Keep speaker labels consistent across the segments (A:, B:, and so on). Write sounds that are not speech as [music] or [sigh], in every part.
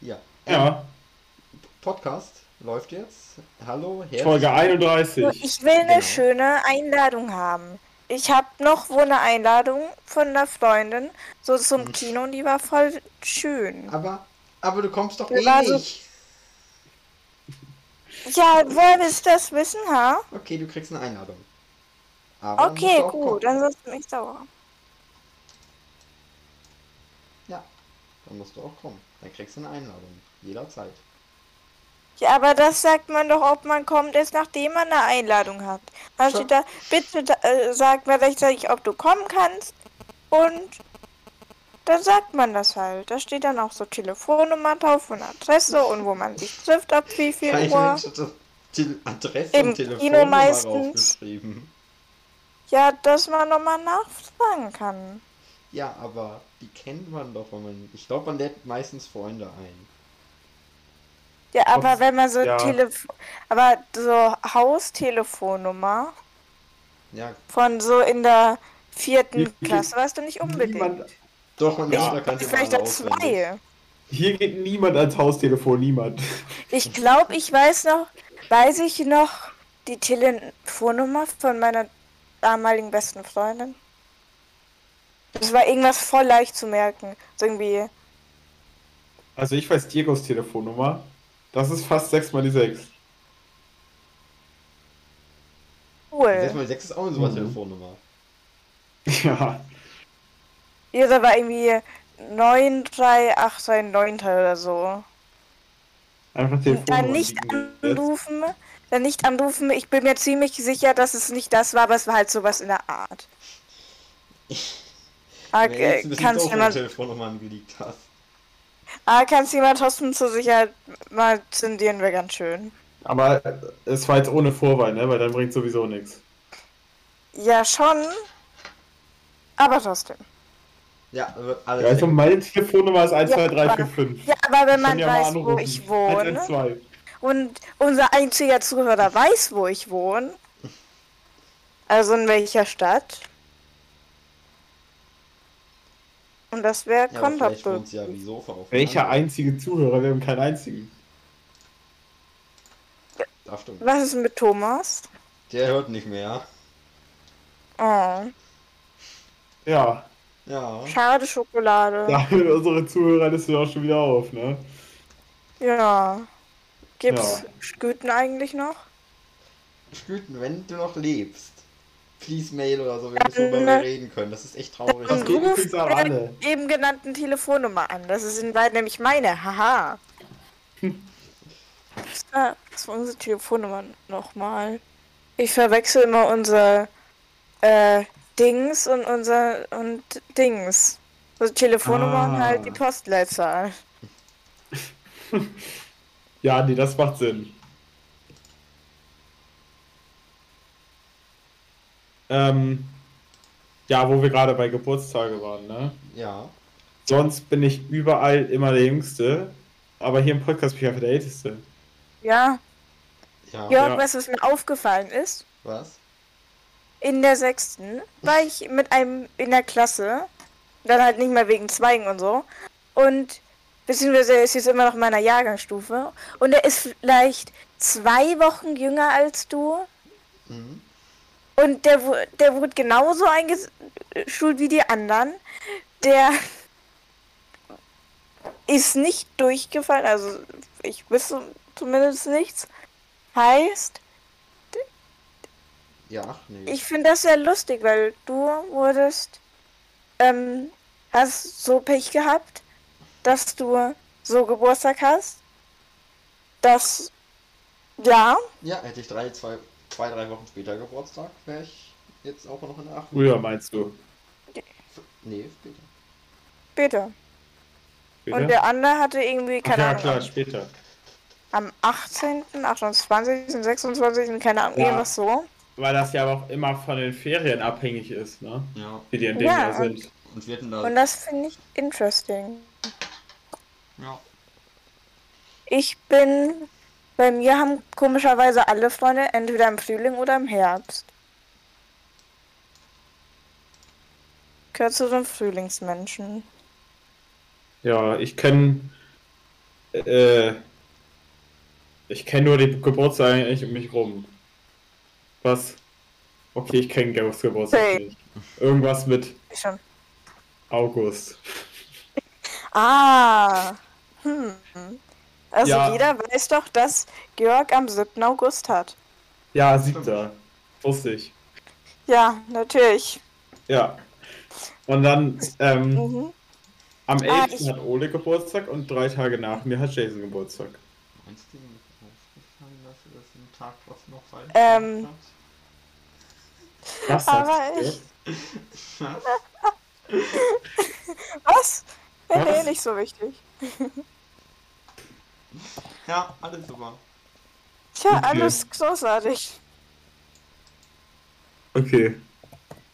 A: Ja. Ähm,
B: Ja,
A: Podcast läuft jetzt. Hallo, herzlich.
B: Folge
C: So,
B: 31.
C: ich will eine
A: Genau.
C: schöne Einladung haben. Ich habe noch wo eine Einladung von einer Freundin, so zum Kino, und die war voll schön.
A: Aber, aber du kommst doch
C: Wir
A: eh
C: waren so-
A: nicht.
C: Ja, woher willst du das wissen, ha?
A: Okay, du kriegst eine Einladung. Aber dann musst
C: Okay,
A: du auch
C: gut,
A: Kommen.
C: ansonsten bin ich sauer.
A: Ja, dann musst du auch kommen. Dann kriegst du eine Einladung. Jederzeit.
C: Ja, aber das sagt man doch, ob man kommt, erst nachdem man eine Einladung hat. Da
A: Sure.
C: steht da, bitte da, äh, sag mir rechtzeitig, ob du kommen kannst. Und dann sagt man das halt. Da steht dann auch so Telefonnummer drauf und Adresse und wo man sich trifft, ab wie viel
A: Kein
C: Uhr.
A: Mensch hat das Te- Adresse
C: Im
A: und
C: Kino
A: Telefonnummer
C: meistens.
A: rausgeschrieben.
C: Ja, dass man nochmal nachfragen kann.
A: Ja, aber die kennt man doch, wenn man. Ich glaube, man lädt meistens Freunde ein.
C: Ja, aber wenn man so
B: ja.
C: Telefon, aber so Haustelefonnummer
A: Ja,
C: von so in der vierten
B: Niemand-
C: Klasse warst du nicht unbedingt.
B: Niemand,
A: doch, man
B: Ja.
A: ja. kannte man
C: Vielleicht
A: alle
C: auch
A: auswendig.
C: zwei.
B: hier geht niemand ans Haustelefon, niemand.
C: Ich glaube, ich weiß noch, weiß ich noch die Telefonnummer von meiner damaligen besten Freundin. Das war irgendwas voll leicht zu merken. So irgendwie.
B: Also ich weiß Diegos Telefonnummer. Das ist fast 6 mal die 6.
C: Cool.
A: 6x6 ist auch unsere
B: Mhm.
A: Telefonnummer.
B: [laughs] Ja.
C: Ihre war irgendwie 93839 oder so.
B: Einfach Telefonnummer.
C: Dann nicht
B: liegen lässt.
C: anrufen, dann nicht anrufen. Ich bin mir ziemlich sicher, dass es nicht das war, aber es war halt sowas in der
B: [laughs]
C: Art. Ah,
A: Wäre jetzt
C: äh,
A: ein bisschen
C: kann's
A: doof, wenn du
C: jemand,
A: Telefonnummern geleakt hast.
C: ah, kann's jemand trotzdem zur Sicherheit mal zündieren, wäre ganz schön.
B: Aber es war jetzt ohne Vorwahl, ne? Weil dann bringt sowieso nichts.
C: Ja, schon. Aber trotzdem.
A: Ja, wird
B: Ja,
A: alles.
B: Also meine Telefonnummer ist 12345.
C: Ja, aber wenn man
B: Kann ja mal
C: weiß, wo
B: anrufen. Halt,
C: ich wohne
B: 112.
C: und unser einziger Zuhörer weiß, wo ich wohne, also in welcher Stadt, und das wäre
A: ja, aber vielleicht wohnt
C: kontraproduktiv.
A: sie ja wie Sofa auf. dem
B: Welcher
A: anderen.
B: einzige Zuhörer? Wir haben keinen einzigen.
A: Achtung,
C: Was ist mit Thomas?
A: der hört nicht mehr.
C: Oh,
B: Ja,
A: Ja.
C: schade Schokolade.
B: da hören unsere Zuhörer das ja auch schon wieder auf, ne?
C: Ja. Gibt's
B: Ja.
C: Sküten eigentlich noch?
A: Güten, wenn du noch lebst, please mail oder so, wir müssen
C: Dann,
A: darüber
C: äh,
A: reden können. Das ist echt traurig.
B: Das geht übrigens an alle.
C: eben genannten Telefonnummer an. Das ist in beiden nämlich meine. [laughs] Haha. Was war- Was war Ah, unsere Telefonnummer nochmal? Ich verwechsel immer unser äh, Dings und unser und Dings. Also Telefonnummer und
B: Ah.
C: halt die Postleitzahl.
B: Ja, nee, das macht Sinn. Ähm, ja, wo wir gerade bei Geburtstage waren, ne?
A: Ja.
B: Sonst bin ich überall immer der Jüngste, aber hier im Podcast bin ich einfach der Älteste.
C: Ja.
A: Ja.
C: Jörg,
B: Ja.
C: was was mir aufgefallen ist,
A: Was?
C: In der sechsten war ich mit einem in der Klasse. Dann halt nicht mehr wegen Zweigen und so. Und beziehungsweise er ist jetzt immer noch in meiner Jahrgangsstufe. Und er ist vielleicht zwei Wochen jünger als du.
A: Mhm.
C: Und der, wu- der wurde genauso eingeschult wie die anderen. Der ist nicht durchgefallen, also ich wüsste zumindest nichts. Heißt,
A: Ja, ach nee.
C: Ich finde das sehr lustig, weil du wurdest, ähm, hast so Pech gehabt, dass du so Geburtstag hast, dass, ja,
A: Ja, hätte ich drei, zwei, zwei, drei Wochen später Geburtstag, wäre ich jetzt auch noch in der 8.
B: Früher meinst du?
A: Nee, später.
C: bitte.
B: Bitte?
C: Und der andere hatte irgendwie,
B: Ach,
C: keine
B: ja,
C: Ahnung,
B: klar, später.
C: am 18., 28., 26., keine Ahnung,
B: Ja.
C: irgendwas so.
B: Weil das ja aber auch immer von den Ferien abhängig ist, ne?
A: Ja.
B: Wie die in dem
C: Ja,
B: Jahr sind.
A: Und wir hatten da.
B: Also
C: Und das finde ich interesting.
A: ja.
C: Ich bin, bei mir haben komischerweise alle Freunde entweder im Frühling oder im Herbst. Gehört zu den Frühlingsmenschen.
B: Ja, ich kenne Äh, ich kenne nur die Geburtstage eigentlich um mich rum. Was? Okay, ich kenne Gareths Geburtstag
C: Hey.
B: nicht. Irgendwas mit
C: Ich schon.
B: August.
C: Ah. Hm. Also
B: Ja.
C: jeder weiß doch, dass Georg am 7. August hat.
B: Ja, siebter. Wusste ich.
C: Ja, natürlich.
B: Ja. Und dann, ähm,
C: Mhm.
B: am
C: Ah,
B: 11.
C: ich-
B: hat Ole Geburtstag und drei Tage nach mir hat Jason Geburtstag.
A: Meinst du, mir ist aufgefallen, dass du das im Tag was noch falsch
C: Ähm.
A: gemacht
B: Was
C: Aber
B: sagst
A: hast?
C: Was? Nee,
B: Was?
C: Nee, nicht so wichtig.
A: [laughs] ja, alles super.
C: Tja,
B: Okay.
C: alles großartig.
B: du? Okay.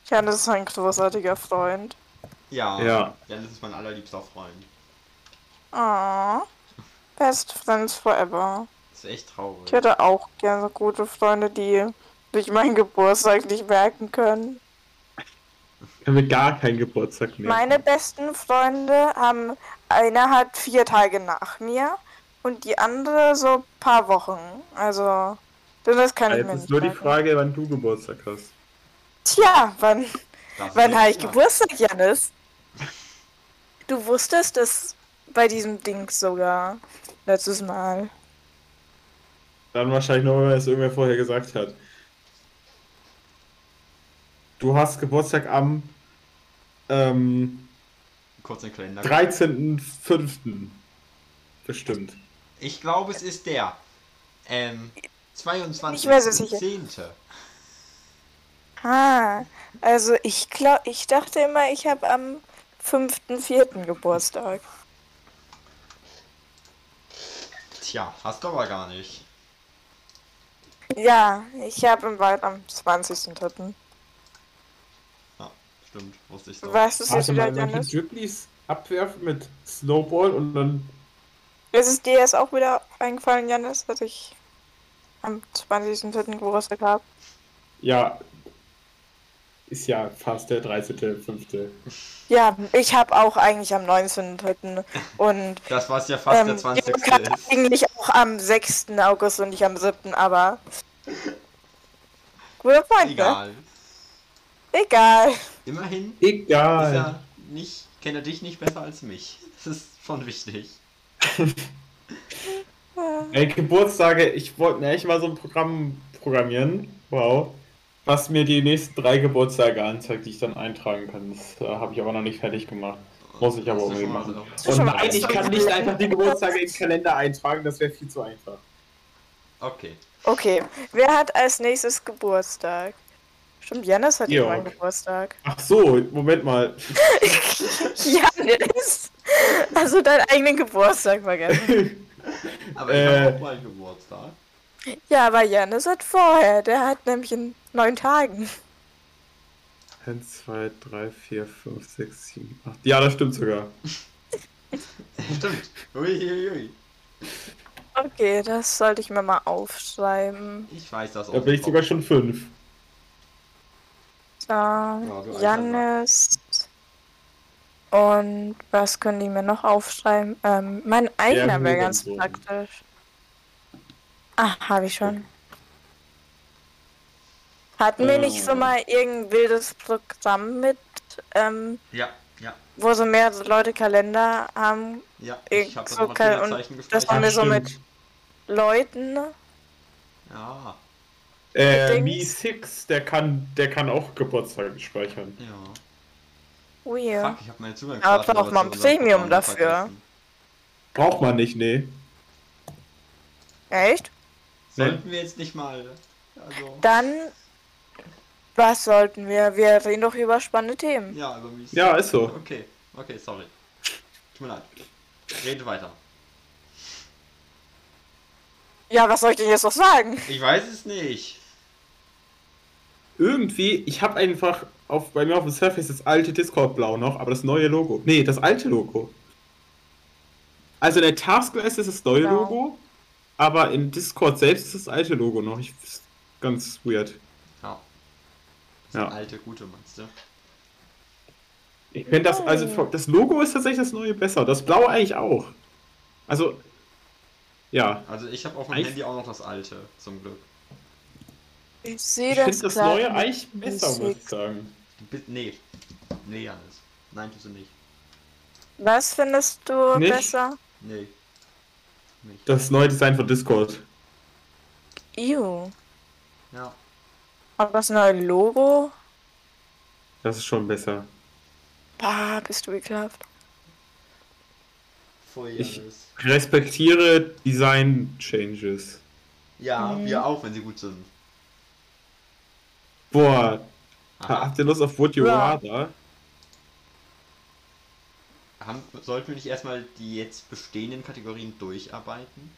C: Jan ist ein großartiger Freund.
A: Ja.
B: Ja.
A: Jan ist mein allerliebster Freund.
C: Ah. Best Friends Forever.
A: Das ist echt traurig.
C: Ich hätte auch gerne gute Freunde, die sich meinen Geburtstag nicht merken können.
B: Haben wir gar keinen Geburtstag mehr.
C: Meine besten Freunde haben, einer hat vier Tage nach mir und die andere so ein paar Wochen. Also, das kann ich
B: Jetzt
C: mir
B: Also ist
C: nicht
B: nur die
C: merken.
B: Frage, wann du Geburtstag hast.
C: Tja, wann,
A: Das
C: wann
A: ist-
C: habe ich
A: ja.
C: Geburtstag, Janis? Du wusstest es bei diesem Ding sogar letztes Mal.
B: Dann wahrscheinlich nur, wenn es irgendwer vorher gesagt hat. Du hast Geburtstag am ähm,
A: Kurz den Kalender.
B: 13.05. Bestimmt.
A: Ich glaube, es ist der. Ähm. 22.
C: Nicht mehr so sicher.
A: 10.
C: Ah, also ich glaub, ich dachte immer, ich habe am 5.4. Geburtstag.
A: Tja, hast du aber gar nicht.
C: Ja, ich habe im Wald am 20.3.
A: Ja, stimmt, wusste ich so.
C: Weißt du es jetzt
B: Warte
C: wieder,
B: mal, manche
C: Janis?
B: Dribblies abwerfen mit Snowball und dann.
C: Es ist dir jetzt auch wieder eingefallen, Janis, dass ich am 20.3. Geburtstag habe.
B: Ja. Ist ja fast der 13.05.
C: Ja, ich habe auch eigentlich am 19.3. Und
A: Das war es ja fast der
C: Ähm,
A: 20.
C: ja, man kann
A: ist.
C: Eigentlich auch am 6. August und nicht am 7., aber. Guter Point, ne?
A: Egal.
C: Egal.
A: Immerhin ist
B: Egal.
A: er nicht, kennt er dich nicht besser als mich. Das ist schon wichtig.
B: Ey, Geburtstage, ich wollte mir echt mal so ein Programm programmieren. Wow. Was mir die nächsten drei Geburtstage anzeigt, die ich dann eintragen kann. Das äh, habe ich aber noch nicht fertig gemacht. Muss ich aber
A: Das ist
B: irgendwie
A: schon mal
B: machen.
A: so.
C: ist
B: Und
C: schon mal
B: nein, ich
C: anstrengend.
B: kann nicht einfach die Geburtstage in den Kalender eintragen, das wäre viel zu einfach.
A: Okay.
C: Okay, wer hat als nächstes Geburtstag? Stimmt, Janis hat
B: Georg.
C: irgendwann Geburtstag.
B: Ach so, Moment mal.
C: Janis! Also deinen eigenen Geburtstag vergessen.
A: Aber ich hab
B: Äh.
A: auch bald Geburtstag. [laughs]
C: Ja, aber Janis hat vorher. Der hat nämlich in neun Tagen.
B: 1, 2, 3, 4, 5, 6, 7, 8. Ja, das stimmt sogar.
A: Stimmt. Uiuiui.
C: Okay, das sollte ich mir mal aufschreiben.
A: Ich weiß das auch.
B: Da bin ich
A: noch.
B: sogar schon 5.
C: Da,
A: du
C: Jannis. Und was können die mir noch aufschreiben? Ähm, mein eigener wäre
B: Mehrere
C: ganz
B: Sorten.
C: praktisch. Ach, habe ich schon. Hatten wir nicht schon
B: Ähm.
C: mal irgendein wildes Programm mit, ähm,
A: Ja, ja,
C: wo so mehrere Leute Kalender haben?
A: ja.
C: Ich
A: Ich hab das
C: Äh, so
A: noch
C: kann-
A: als
C: und
A: Zeichen
C: das
A: gespeichert.
C: war mir
B: Ach,
C: so
B: stimmt.
C: mit Leuten. ne?
A: Ja,
B: Äh,
C: Dings.
B: Mi6, der kann, der kann auch Geburtstage speichern.
A: ja.
C: Weird.
A: Fuck, ich hab meine
C: Aber
A: Zugangsdaten.
C: braucht man
A: zu unserem
C: Premium
A: Programm
C: dafür.
A: vergessen.
B: Braucht man nicht, nee.
C: Echt?
A: Sollten wir jetzt nicht mal. Also.
C: Dann, was sollten wir? Wir reden doch über spannende Themen.
A: Ja, über mich.
B: Ja, ist so.
A: Okay, okay, sorry. Tut mir leid. Rede weiter.
C: Ja, was soll ich denn jetzt noch sagen?
A: Ich weiß es nicht.
B: Irgendwie, ich habe einfach auf, bei mir auf dem Surface das alte Discord blau noch, aber das neue Logo. Nee, das alte Logo. Also in der Taskleiste ist das neue
C: Blau.
B: Logo, aber in Discord selbst ist das alte Logo noch. Ich, ist ganz weird.
A: Ja. Das
B: Ja.
A: alte Gute, meinst du?
B: Ich finde das, also das Logo ist tatsächlich das neue besser. Das blaue eigentlich auch. Also Ja.
A: Also ich habe auf dem
B: Eich-
A: Handy auch noch das alte, zum Glück.
C: Ich sehe
B: Ich
C: das,
B: finde das
C: klar.
B: neue eigentlich besser, muss ich
C: Musik.
B: sagen.
A: Du bist. Nee. Nee, Janis. Nein, tust du nicht.
C: Was findest du
B: Nicht?
C: besser?
A: Nee. Nicht.
B: Das neue Design von Discord.
C: Ew.
A: Ja.
C: Aber das neue Logo?
B: Das ist schon besser.
C: Bah, bist du ekelhaft.
A: Voll
B: Ich-
A: Janis.
B: Ich respektiere Design Changes.
A: Ja,
C: Mhm.
A: wir auch, wenn sie gut sind.
B: Boah,
A: Aha.
B: habt ihr Lust auf Would You
C: Ja.
B: Rather?
A: Haben, sollten wir nicht erstmal die jetzt bestehenden Kategorien durcharbeiten?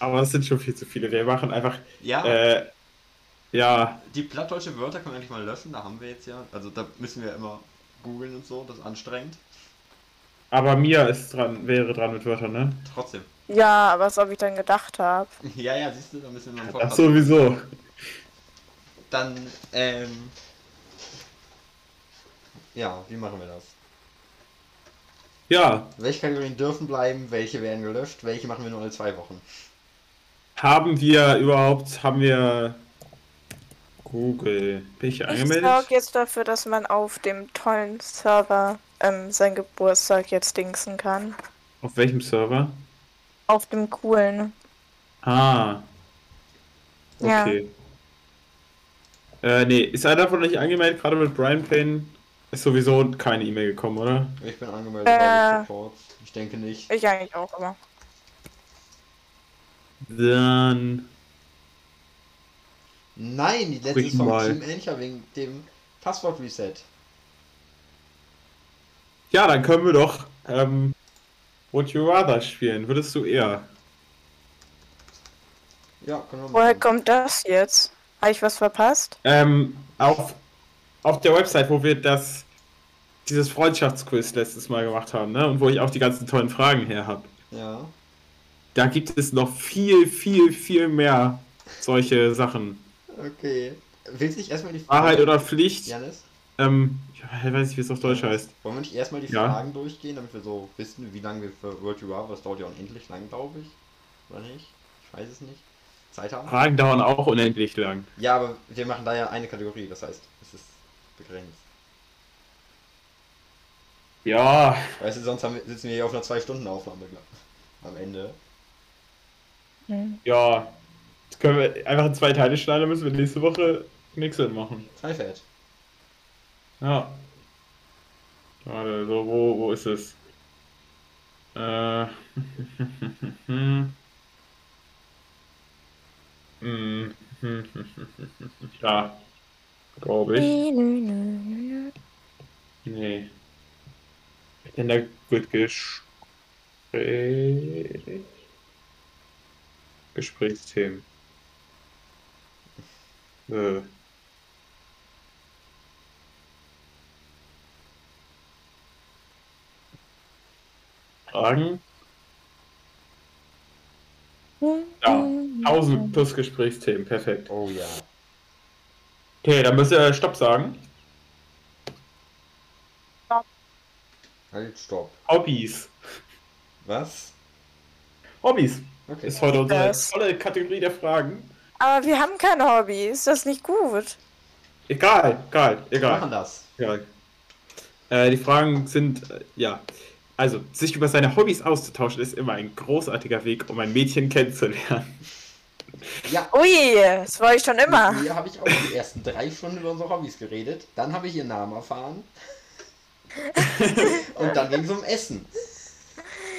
B: Aber es sind schon viel zu viele. Wir machen einfach.
A: Ja,
B: Äh, ja,
A: die plattdeutsche Wörter können wir endlich mal löschen, da haben wir jetzt ja. Also da müssen wir immer googeln und so, das ist anstrengend.
B: aber Mia ist dran, wäre dran mit Wörtern, ne?
A: Trotzdem. [laughs]
C: Ja, aber was ob ich dann gedacht habe.
A: Ja, ja, siehst du, da müssen wir noch
B: Das sowieso.
A: Dann, ähm. Ja, wie machen wir das?
B: Ja,
A: Welche Kategorien dürfen bleiben, welche werden gelöscht, welche machen wir nur alle zwei Wochen?
B: haben wir überhaupt, haben wir Google? Bin ich hier
C: Ich
B: angemeldet?
C: sorge jetzt dafür, dass man auf dem tollen Server ähm, seinen Geburtstag jetzt dingsen kann.
B: Auf welchem Server?
C: Auf dem coolen.
B: Ah.
C: Ja.
B: Okay. Äh, nee, ist einer von euch angemeldet, gerade mit Brian Payne? Ist sowieso keine E-Mail gekommen, oder?
A: Ich bin angemeldet,
C: Äh.
A: äh, ich, sofort. ich denke nicht.
C: Ich eigentlich auch immer.
B: Dann.
A: Nein, die letzte
B: Guck ich
A: ist vom
B: mal.
A: Team Encher wegen dem Passwort-Reset.
B: Ja, dann können wir doch ähm, Would You Rather spielen. Würdest du eher?
A: Ja, können wir
C: Woher
A: machen.
C: kommt das jetzt? Habe ich was verpasst?
B: Ähm, auf, auf der Website, wo wir das dieses Freundschaftsquiz letztes Mal gemacht haben, ne? Und wo ich auch die ganzen tollen Fragen her habe.
A: Ja.
B: Da gibt es noch viel, viel, viel mehr solche Sachen.
A: Okay. Willst du nicht erstmal die Fragen.
B: Wahrheit oder Pflicht?
A: Janis?
B: Ähm, ich weiß nicht, wie es auf Deutsch heißt.
A: Wollen wir nicht erstmal die
B: Ja.
A: Fragen durchgehen, damit wir so wissen, wie lange wir für World You Are, das dauert ja unendlich lang, glaube ich. Oder nicht? Ich weiß es nicht. Zeit haben?
B: Fragen dauern auch unendlich lang.
A: Ja, aber wir machen da ja eine Kategorie, das heißt, es ist begrenzt.
B: Ja,
A: Weißt du, sonst haben wir, sitzen wir hier auf einer 2-Stunden-Aufnahme glaub- am Ende.
C: Hm.
B: ja. Jetzt können wir einfach in zwei Teile schneiden, dann müssen wir nächste Woche nichts machen.
A: Freifeld.
B: Ja. Warte, so, wo, wo ist es? Äh. [laughs] Hm. [laughs] ja. Glaube ich. Nee. Denn da wird Gespräch. Gesprächsthemen. Äh. Fragen? Ja. 1000 plus Gesprächsthemen, perfekt.
A: Oh ja.
B: Okay, dann müsst ihr Stopp sagen.
A: Halt, stopp.
B: Hobbys.
A: Was?
B: Hobbys
A: Okay.
B: ist heute unsere
C: Das-
B: tolle Kategorie der Fragen.
C: Aber wir haben kein Hobby. Ist das nicht gut?
B: Egal, egal,
A: Wir
B: egal.
A: machen das.
B: Ja. Äh, die Fragen sind, äh, ja. Also, sich über seine Hobbys auszutauschen, ist immer ein großartiger Weg, um ein Mädchen kennenzulernen. [laughs]
A: Ja.
C: Ui, das wollte ich schon immer.
A: Mit ihr habe ich auch die ersten drei Stunden über unsere Hobbys geredet. Dann habe ich ihren Namen
C: [laughs]
A: erfahren. Und dann ging es um Essen.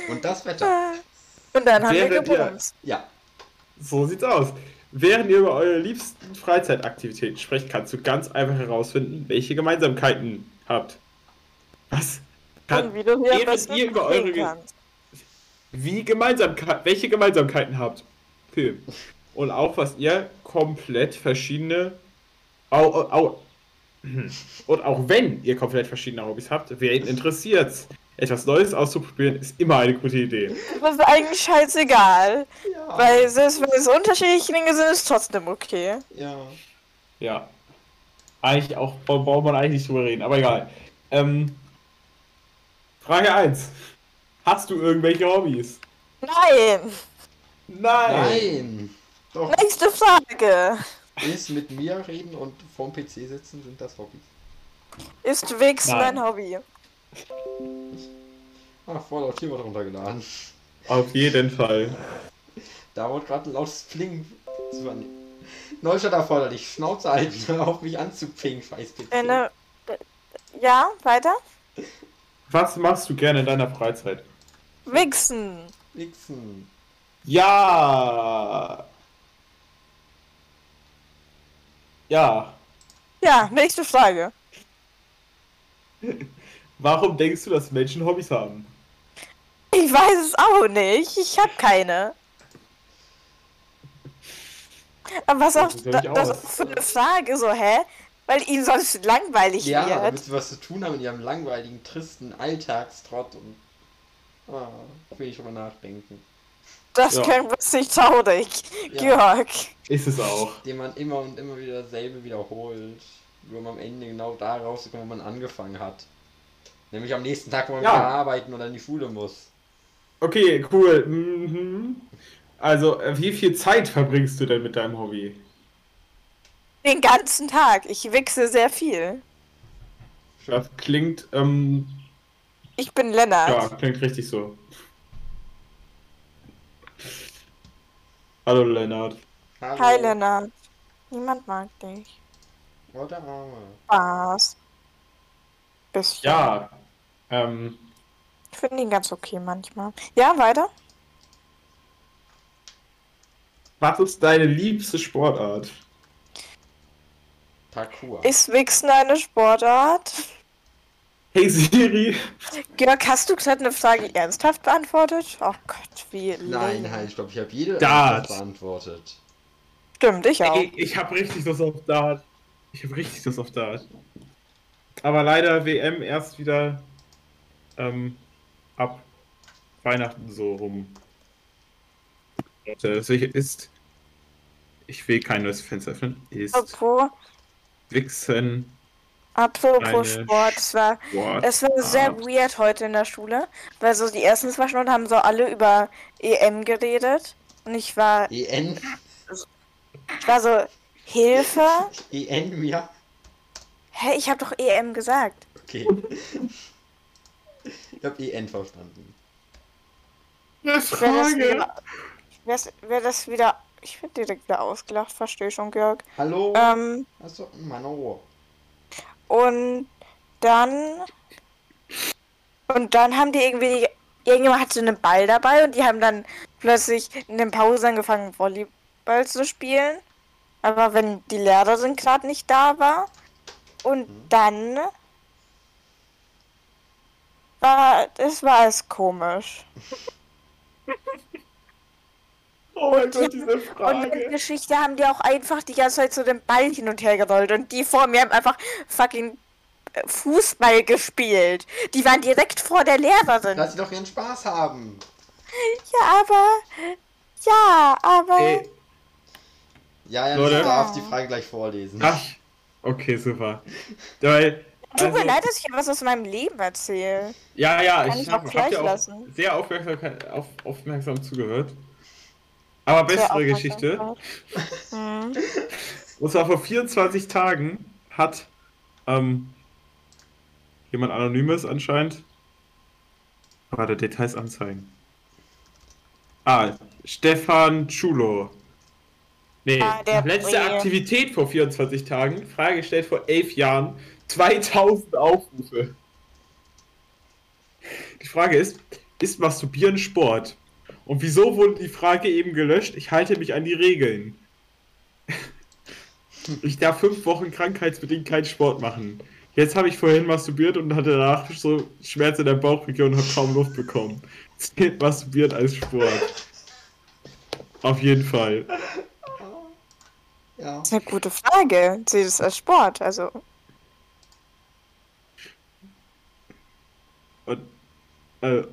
A: Und das Wetter.
C: Und dann haben wir
B: Wäre dir-
C: gebumst.
A: Ja.
B: So sieht's aus. Während ihr über eure liebsten Freizeitaktivitäten sprecht, kannst du ganz einfach herausfinden, welche Gemeinsamkeiten habt. Was?
C: Und
B: Kann,
C: wie du
B: während
C: hier was
B: ihr über eure
C: mitbringen
B: Ge-
C: kannst.
B: wie Gemeinsamkeit, welche Gemeinsamkeiten habt. Film. Und auch, was ihr komplett verschiedene. Au, au, au. [clears throat] Hm. Und auch wenn ihr komplett verschiedene Hobbys habt, wer ihn interessiert, etwas Neues auszuprobieren, ist immer eine gute Idee.
C: Das ist eigentlich scheißegal.
A: Ja.
C: Weil selbst wenn es unterschiedliche Dinge sind, ist es trotzdem okay.
A: ja.
B: Ja. Eigentlich auch, bra- braucht man eigentlich nicht drüber reden, aber egal. Ähm, Frage 1. Hast du irgendwelche Hobbys?
C: Nein!
B: Nein!
A: Nein! Doch,
C: Nächste Frage.
A: ist mit mir reden und vorm PC sitzen sind das Hobbys.
C: Ist Wichs
B: Nein.
C: mein Hobby?
A: Ah, Fallout 4 wird runtergeladen.
B: Auf jeden Fall.
A: Da wurde gerade ein lautes Pling. zu an- Neustadt erforderlich. Schnauze halten, [laughs] hör auf mich anzupingen, scheiß PC.
C: Eine... Ja, weiter?
B: Was machst du gerne in deiner Freizeit?
C: Wichsen.
A: Wichsen.
B: Ja! Ja.
C: Ja, nächste Frage.
B: Warum denkst du, dass Menschen Hobbys haben?
C: Ich weiß es auch nicht. Ich habe keine. Aber was auch
B: Das sieht ja
C: da,
B: nicht
C: das
B: aus.
C: auch für eine Frage, so, hä? Weil ihm sonst langweilig
A: Ja, damit
C: wird.
A: sie was zu tun haben in ihrem langweiligen, tristen Alltagstrott und. Ah, will ich drüber nachdenken.
C: Das
B: Ja.
C: klingt richtig traurig,
A: Ja.
C: Georg.
B: Ist es auch.
A: Den man immer und immer wieder dasselbe wiederholt. Nur um am Ende genau da rauszukommen, wo man angefangen hat. Nämlich am nächsten Tag, wo man
B: Ja.
A: wieder arbeiten oder in die Schule muss.
B: Okay, cool. Mhm. Also, äh, wie viel Zeit verbringst du denn mit deinem Hobby?
C: Den ganzen Tag. Ich wichse sehr viel.
B: Das klingt, ähm,
C: Ich bin Lennart.
B: ja, klingt richtig so. Hallo Lennart.
A: Hallo.
C: Hi, Lennart. Niemand mag dich.
A: Oh, der Arme.
C: Spaß. Bisschen.
B: Ja, ähm,
C: Ich finde ihn ganz okay manchmal. Ja, weiter?
B: was ist deine liebste Sportart?
A: Parkour.
C: Ist Wichsen eine Sportart?
B: Hey Siri.
C: Georg, hast du gerade eine Frage ernsthaft beantwortet? Oh Gott, wie lame.
A: Nein, halt, stopp, ich habe jede
B: Dart.
A: Antwort beantwortet.
C: Stimmt, ich auch.
B: Ey, ich hab richtig das auf Dart. Ich hab richtig das auf Dart. Aber leider WM erst wieder ähm, ab Weihnachten so rum. Leute, Deswegen ist. Ich will kein neues Fenster öffnen. Ist
C: Apropos,
B: Wichsen Eine
C: apropos Sport, es war,
B: Sport.
C: es war sehr
B: Sport.
C: weird heute in der Schule, weil so die ersten zwei Stunden haben so alle über EM geredet und ich war,
A: EN,
C: ich war so,
A: [laughs]
C: Hilfe?
A: EN, ja.
C: Hä, ich habe doch EM gesagt.
A: Okay. [laughs] ich habe EN verstanden.
B: Eine
C: Wer das
B: Frage.
C: wieder, wer, wer das wieder, ich bin direkt wieder ausgelacht, verstehe schon, Georg.
A: Hallo?
C: Ähm,
A: Hast du ein Mann Oh. Ohr?
C: Und dann. Und dann haben die irgendwie. Irgendjemand hatte einen Ball dabei und die haben dann plötzlich in den Pausen angefangen, Volleyball zu spielen. Aber wenn die Lehrerin gerade nicht da war. Und dann. War, das war es komisch.
B: Oh mein Gott, diese
C: Und in der
B: Frage.
C: [laughs] Geschichte haben die auch einfach die ganze Zeit so den Ball hin und her gerollt und die vor mir haben einfach fucking äh, Fußball gespielt. Die waren direkt vor der Lehrerin.
A: Lass sie doch ihren Spaß haben.
C: ja, aber. Ja, aber.
B: Ey,
A: Ja, ja,
B: Leute.
A: du darfst die Frage gleich vorlesen.
B: ach, okay, super. Weil,
C: Tut mir
B: also-
C: leid, dass ich etwas aus meinem Leben erzähle.
B: Ja, ja,
C: Kann
B: ich
C: ich auch
B: habe hab
C: gleich
B: dir auch
C: lassen.
B: sehr aufmerksam, auf, aufmerksam zugehört. Aber bessere
C: Sehr
B: Geschichte.
C: aufmerksam. Hm.
B: Und zwar vor 24 Tagen hat ähm, jemand Anonymes anscheinend. Warte, Details anzeigen. Ah, Stefan Schulo. Nee,
C: Ah, der
B: letzte
C: Poet.
B: Aktivität vor 24 Tagen. Frage gestellt vor 11 Jahren. 2000 Aufrufe. Die Frage ist, ist Masturbieren Sport? Und wieso wurde die Frage eben gelöscht? Ich halte mich an die Regeln. Ich darf fünf Wochen krankheitsbedingt keinen Sport machen. Jetzt habe ich vorhin masturbiert und hatte danach so Schmerzen in der Bauchregion und habe kaum Luft bekommen. Zählt masturbiert als Sport. Auf jeden Fall.
A: Ja.
C: Das ist eine gute Frage. Seht es als Sport, also.
B: Und, äh,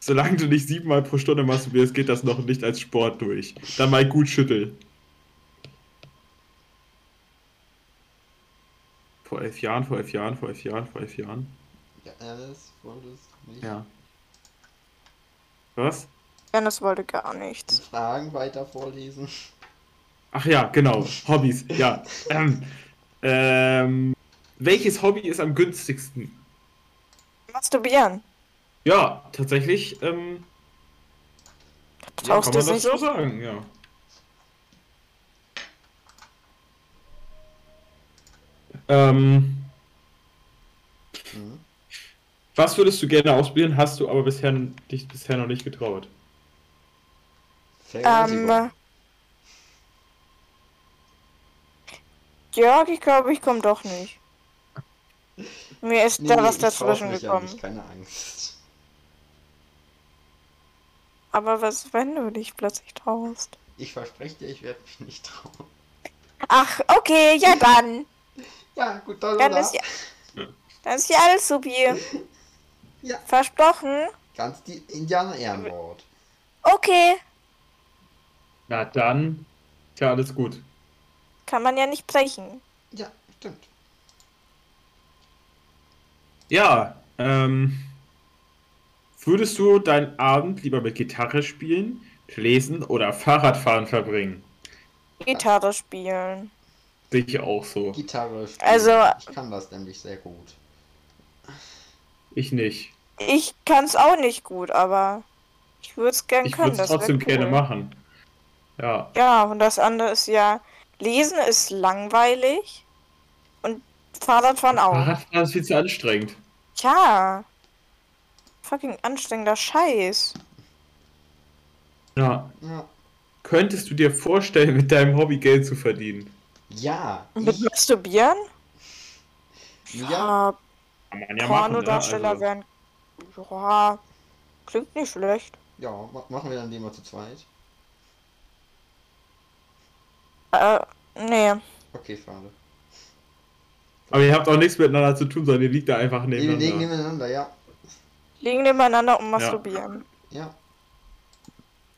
B: solange du nicht siebenmal pro Stunde masturbierst, geht das noch nicht als Sport durch. Dann mal gut schütteln. Vor elf Jahren, vor elf Jahren, vor elf Jahren, vor elf Jahren.
A: ja alles wurde es nicht.
B: Ja. Was?
C: Dennis wollte gar nichts.
A: Fragen weiter vorlesen.
B: Ach ja, genau. Hobbys. Ja. Ähm, ähm, welches Hobby ist am günstigsten?
C: Masturbieren.
B: Ja, tatsächlich. Ähm, ja,
C: Tauchst
B: kann man
C: du
B: das
C: nicht?
B: so sagen, ja. Ähm,
A: Mhm.
B: was würdest du gerne ausprobieren, hast du aber bisher dich bisher noch nicht getraut?
A: Vergewaltigung.
C: Ähm. Jörg, ich glaube, ich komme doch nicht. Mir ist
A: Nee,
C: da
A: nee,
C: was
A: ich trau's
C: dazwischen
A: mich ja
C: gekommen.
A: Nicht, keine Angst.
C: Aber was, wenn du dich plötzlich traust?
A: Ich verspreche dir, ich werde mich nicht trauen. [laughs]
C: Ach, okay, ja dann.
A: Ja, gut, dann,
C: Dann
A: oder?
C: ist ja, dann ist ja alles supi.
A: [laughs] Ja.
C: Versprochen.
A: Ganz die Indianer-Ehrenwort.
C: Okay.
B: Na dann, ja, alles gut.
C: Kann man ja nicht brechen.
A: Ja, stimmt.
B: Ja, ähm, würdest du deinen Abend lieber mit Gitarre spielen, lesen oder Fahrradfahren verbringen?
C: Gitarre spielen.
B: Dich auch so.
A: Gitarre spielen.
C: Also-
A: Ich kann das nämlich sehr gut.
B: Ich nicht.
C: Ich kann's auch nicht gut, aber ich würde es gern
B: Ich
C: können.
B: würde es
C: Das wär
B: trotzdem gerne
C: cool.
B: machen. Ja.
C: Ja, und das andere ist ja, lesen ist langweilig und Fahrradfahren auch.
B: Fahrradfahren ist viel zu anstrengend.
C: Tja. Fucking anstrengender Scheiß.
B: Ja.
A: Ja.
B: Könntest du dir vorstellen, mit deinem Hobby Geld zu verdienen?
A: Ja.
C: Und mit Masturbieren?
A: Ich, ja.
C: Ah,
B: Kann man
C: Pornodarsteller
B: ne?
C: werden. Ja, klingt nicht schlecht.
A: Ja, ma- machen wir dann den mal zu zweit.
C: Äh, nee.
A: Okay, schade.
B: also, aber ihr habt auch nichts miteinander zu tun, sondern ihr liegt da einfach
A: Wir
B: nebeneinander.
A: legen nebeneinander, ja.
C: Liegen nebeneinander und masturbieren.
A: Ja.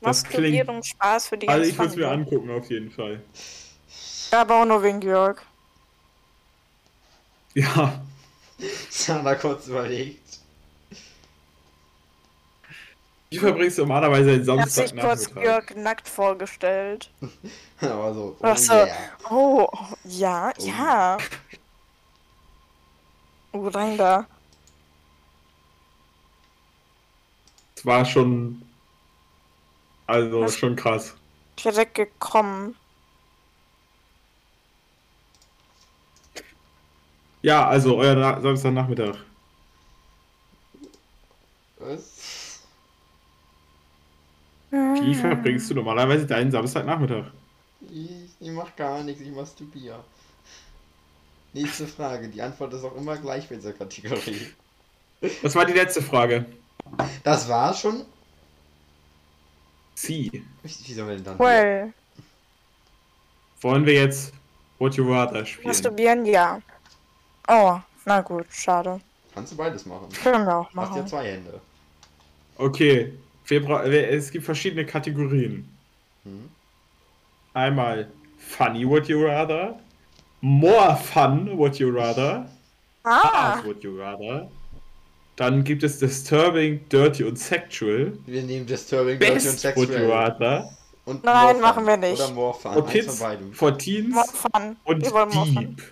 B: Das klingt-
C: Masturbieren Spaß für die
B: also
C: ganze
B: ich würde es mir
C: Familie.
B: angucken auf jeden Fall. [laughs]
C: Aber auch nur wegen Jörg.
B: Ja.
A: Sana kurz überlegt.
B: Wie verbringst du normalerweise den
C: Ich hab sich kurz
B: Samstagnachmittag?
C: Jörg nackt vorgestellt.
A: Aber so.
C: Ach so.
A: yeah.
C: Oh, ja,
A: Oh.
C: ja. Oh, rein da.
B: Es war schon. Also
C: Was?
B: schon krass.
C: Direkt gekommen.
B: Ja, also euer Na Samstagnachmittag.
A: Was?
B: Wie
C: Ah. Hm.
B: verbringst du normalerweise deinen Samstagnachmittag?
A: Ich, ich mach gar nichts, ich masturbiere. Nächste Frage. Die Antwort ist auch immer gleich bei dieser Kategorie.
B: Das war die letzte Frage.
A: Das war's schon?
B: Sie.
A: Wie sollen wir denn dann?
C: Well,
B: Wollen wir jetzt What You Rather spielen?
C: masturbieren, ja. Oh, na gut, schade.
A: Kannst du beides machen.
C: Können wir auch
A: Hast ja
C: machen.
A: zwei Hände.
B: Okay, wir bra wir, es gibt verschiedene Kategorien.
A: Hm?
B: Einmal Funny Would You Rather, More Fun Would You Rather,
C: Ah,
B: Hard Would You Rather. Dann gibt es Disturbing, Dirty und Sexual.
A: Wir nehmen Disturbing Dirty und
B: Best Would You
A: Sexual.
B: Rather.
A: Und
C: Nein,
A: Morphan.
C: machen wir nicht.
A: Oder Morphan.
B: For
A: Eins von
B: Kids,
A: beidem.
B: For Teens
C: Morphan.
B: und Hm.
C: Wir wollen Morphan.
B: Deep.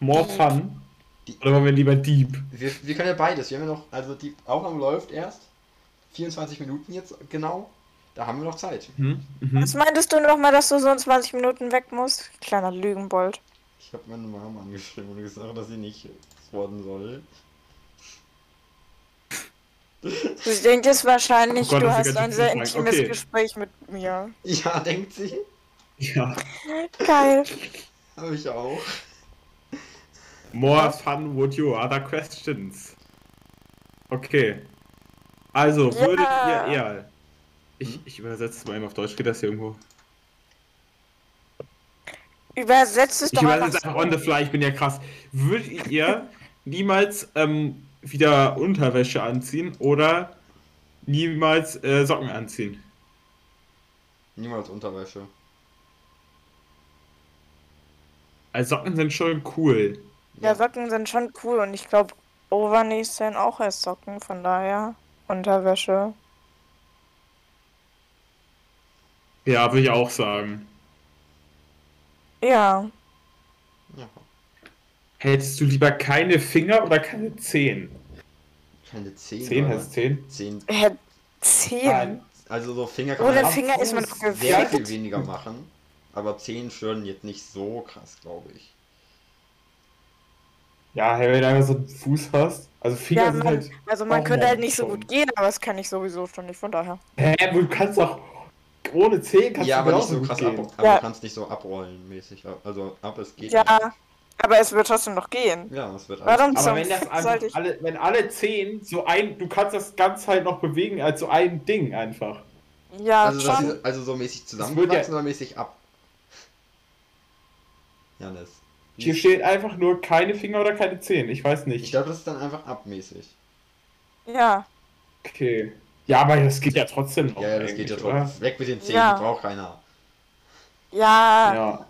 B: More Fun.
A: Deep.
B: Oder wollen wir lieber Deep?
A: Wir, wir können ja beides. Wir haben ja noch, also die Aufnahme läuft erst. 24 Minuten jetzt genau. Da haben wir noch Zeit.
B: Hm? Mhm.
C: Was meintest du nochmal, dass du so in 20 Minuten weg musst? Kleiner Lügenbold.
A: Ich habe meine Mama angeschrieben und gesagt, dass sie nicht worden soll.
C: Sie denkt jetzt wahrscheinlich,
B: Oh Gott,
C: du
B: das
C: hast
B: ist ja
C: ein
B: ganz
C: sehr
B: schön
C: intimes
B: Okay.
C: Gespräch mit mir.
A: Ja, [laughs] denkt sie.
B: Ja.
C: Geil.
A: Habe ich auch.
B: More fun would you rather questions. Okay. Also,
C: Ja.
B: würdet ihr eher. Ich, ich übersetze es mal eben auf Deutsch, geht das hier irgendwo?
C: Übersetzt es
B: Ich
C: doch
B: übersetze
C: einfach.
B: es einfach on the fly, ich bin ja krass. Würdet
C: [laughs]
B: ihr niemals ähm, wieder Unterwäsche anziehen oder niemals äh, Socken anziehen?
A: Niemals Unterwäsche.
B: Also Socken sind schon cool.
C: Ja, Socken sind schon cool und ich glaube, Overnies sind auch als Socken, von daher Unterwäsche.
B: Ja, würde ich auch sagen.
C: Ja.
A: Ja,
B: Hättest du lieber keine Finger oder keine Zehen?
A: keine 10.
B: Zehen heißt Zehen?
A: Zehn.
C: Hä, 10.
A: Also so Finger
C: Ohne
A: ab-
C: Finger ist man
A: sehr
C: verwirrt.
A: viel weniger machen. Aber 10 schwören jetzt nicht so krass, glaube ich.
B: Ja, hey, wenn du einfach so einen Fuß hast. Also Finger
C: Ja,
B: sind
C: man-
B: halt.
C: Also man
B: Oh,
C: könnte halt nicht so
B: schon.
C: gut gehen, aber das kann ich sowieso schon nicht, von daher.
B: Hä, du kannst auch. Ohne Zehen kannst
A: ja,
B: du
A: aber nicht
B: genauso
A: so
B: gut
A: krass
B: gehen.
A: ab, aber
C: Ja.
A: du kannst nicht so abrollen mäßig. Also ab, es geht. nicht.
C: Ja, aber es wird trotzdem noch gehen.
A: Ja, es wird alles.
C: Warum
B: Aber
C: zum
B: wenn das
C: Fick sollte
B: einfach
C: ich...
B: alle, wenn alle zehn so ein, du kannst das Ganze halt noch bewegen als so ein Ding einfach.
C: Ja,
A: Also, das
C: schon.
A: ist, also so mäßig
B: wird
A: zusammenwachsen
B: ja-
A: oder mäßig ab? Janis.
B: Hier steht einfach nur keine Finger oder keine Zehen. Ich weiß
A: Mhm. Ich
B: nicht.
A: glaube, das ist dann einfach abmäßig.
C: Ja.
B: Okay. Ja, aber das geht ja trotzdem noch.
A: Ja, ja, das geht
B: eigentlich,
A: ja
B: oder?
A: trotzdem. Weg mit den Zähnen,
C: Ja.
A: die braucht keiner.
C: Ja.
B: Ja.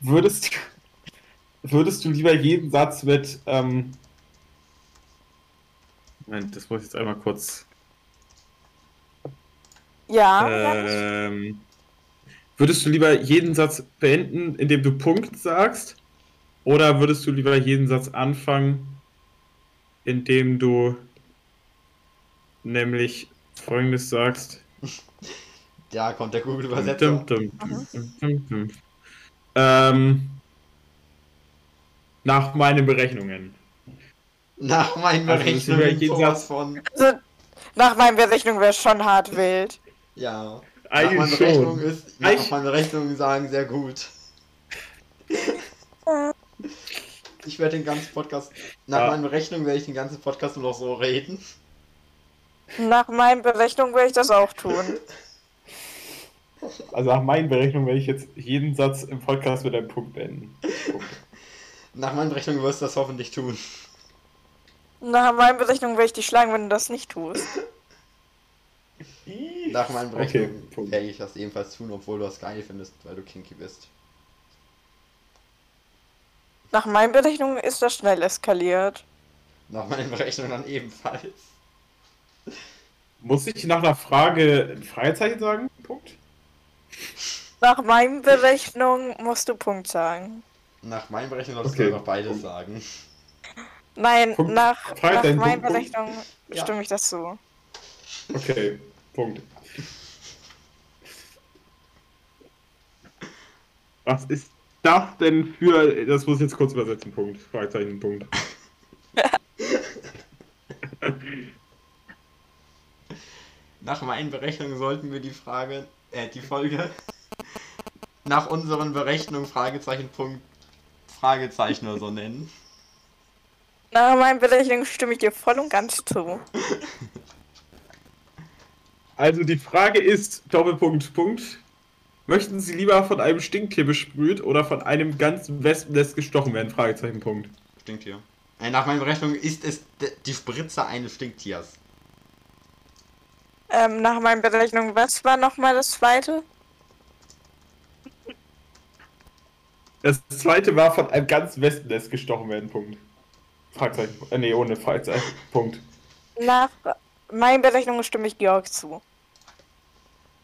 B: Würdest, würdest du lieber jeden Satz mit. Ähm, Moment, das muss ich jetzt einmal kurz.
C: Ja. Ah, ja.
B: ähm, würdest du lieber jeden Satz beenden, indem du Punkt sagst? Oder würdest du lieber jeden Satz anfangen, indem du nämlich folgendes sagst?
A: Da kommt der Google-Übersetzer.
B: Dum, dum, dum, dum, dum, dum. Ähm, nach meinen Berechnungen.
A: Nach meinen
B: Also, das ist über
A: Berechnungen
B: jeden
A: sowas von.
C: Also, nach meinen Berechnungen wäre schon hart wild.
A: Ja. Nach meinen
B: Eigentlich
A: Berechnungen
B: schon.
A: ist. Ja, nach
B: Ich-
A: meinen Berechnungen sagen sehr gut. Ich werde den ganzen Podcast. Nach
B: Ja.
A: meinen Berechnungen werde ich den ganzen Podcast nur noch so reden.
C: Nach meinen Berechnungen würde ich das auch tun.
B: Also nach meinen Berechnungen werde ich jetzt jeden Satz im Podcast mit einem Punkt beenden.
A: Nach meinen Berechnungen wirst du das hoffentlich tun.
C: Nach meinen Berechnungen würde ich dich schlagen, wenn du das nicht tust.
A: Nach meinen Berechnungen
B: Okay, Punkt.
A: werde ich das ebenfalls tun, obwohl du das geil findest, weil du kinky bist.
C: Nach meinen Berechnungen ist das schnell eskaliert.
A: Nach meinen Berechnungen dann ebenfalls.
B: Muss ich nach einer Frage ein Fragezeichen sagen? Punkt.
C: Nach meinen Berechnungen musst du Punkt sagen.
A: Nach meinen Berechnungen solltest
B: Okay.
A: du einfach beides sagen.
C: Nein,
B: Punkt.
C: nach, nach
B: Fragezeichen, Punkt,
C: meinen
B: Punkt.
C: Berechnungen
A: Ja.
C: stimme ich das zu.
B: Okay, Punkt. Was ist das denn für. Das muss ich jetzt kurz übersetzen. Punkt. Fragezeichen, Punkt.
A: Nach meinen Berechnungen sollten wir die Frage, äh, die Folge. Nach unseren Berechnungen Fragezeichen Punkt Fragezeichen oder so nennen.
C: Nach meinen Berechnungen stimme ich dir voll und ganz zu.
B: Also die Frage ist, Doppelpunkt, Punkt. Möchten Sie lieber von einem Stinktier besprüht oder von einem ganzen Wespennest gestochen werden? Fragezeichen, Punkt.
A: Stinktier. Äh, nach meinen Berechnungen ist es d- die Spritze eines Stinktiers.
C: Ähm, nach meinen Berechnungen, was war nochmal das zweite?
B: Das zweite war von einem ganzen Wespennest gestochen werden, Punkt. Fragezeichen, äh, nee, ohne Fragezeichen, Punkt.
C: Nach meinen Berechnungen stimme ich Georg zu.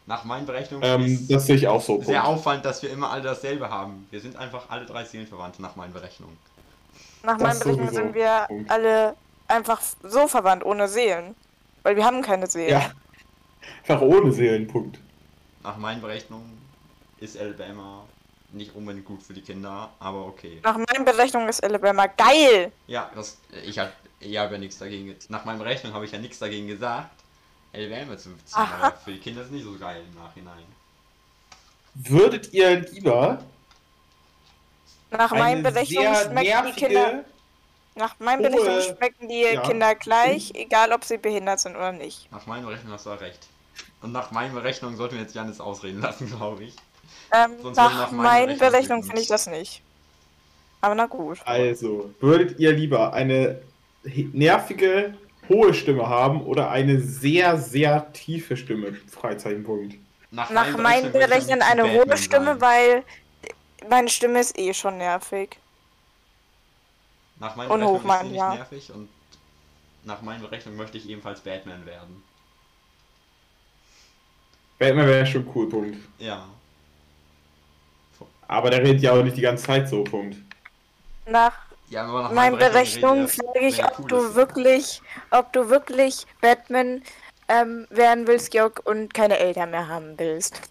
A: Nach meinen Berechnungen
B: Ähm,
A: ist
B: das sehe ich auch so, Punkt.
A: sehr auffallend, dass wir immer alle dasselbe haben. Wir sind einfach alle drei Seelenverwandte nach meinen Berechnungen.
C: Nach
B: Das
C: meinen Berechnungen
B: sowieso.
C: sind wir
B: Punkt.
C: alle einfach so verwandt, ohne Seelen. Weil wir haben keine Seelen.
B: Ja. Einfach ohne Seelen, Punkt.
A: Nach meinen Berechnungen ist Alabama nicht unbedingt gut für die Kinder, aber okay.
C: Nach meinen Berechnungen ist Alabama geil.
A: Ja, das, äh, ich hab, ich hab ja nichts dagegen. ge- Nach meinen Berechnungen habe ich ja nichts dagegen gesagt, LWM zu beziehen.
C: Aha.
A: Aber für die Kinder ist nicht so geil im Nachhinein.
B: Würdet ihr lieber
C: Nach meinen
B: eine
C: Berechnungen
B: sehr
C: schmecken die Kinder.
B: nervige,
C: Nach meinen
B: hohe-
C: Berechnungen schmecken die
B: ja.
C: Kinder gleich, egal ob sie behindert sind oder nicht.
A: Nach meinen Berechnungen hast du ja recht. Und nach meinen Berechnungen sollten wir jetzt Janis ausreden lassen, [laughs] glaube ich.
C: Ähm,
A: Sonst
C: nach,
A: würden nach meinen
C: meinen
A: Berechnungen
C: Berechnungen
A: genutzt.
C: finde ich das nicht. Aber na gut.
B: Also, würdet ihr lieber eine he- nervige, hohe Stimme haben oder eine sehr, sehr tiefe Stimme? Freizeichenpunkt.
C: Nach meinen
A: würde ich am
C: Berechnungen
A: liebsten
C: eine hohe
A: Batman
C: Stimme,
A: sein.
C: weil meine Stimme ist eh schon nervig.
A: Nach meinen
C: Und
A: Berechnungen
C: Hofmann,
A: ist sie nicht
C: ja.
A: nervig und Nach meinen Berechnungen möchte ich ebenfalls Batman werden.
B: Batman wäre schon cool, Punkt.
A: Ja.
B: Aber der redet ja auch nicht die ganze Zeit so, Punkt.
C: Nach
A: Ja, aber nach
C: meinen Berechnungen
A: redet er,
C: frage ich,
A: wenn er
C: ob
A: cool
C: du
A: ist.
C: wirklich, ob du wirklich Batman ähm, werden willst, Jörg, und keine Eltern mehr haben willst.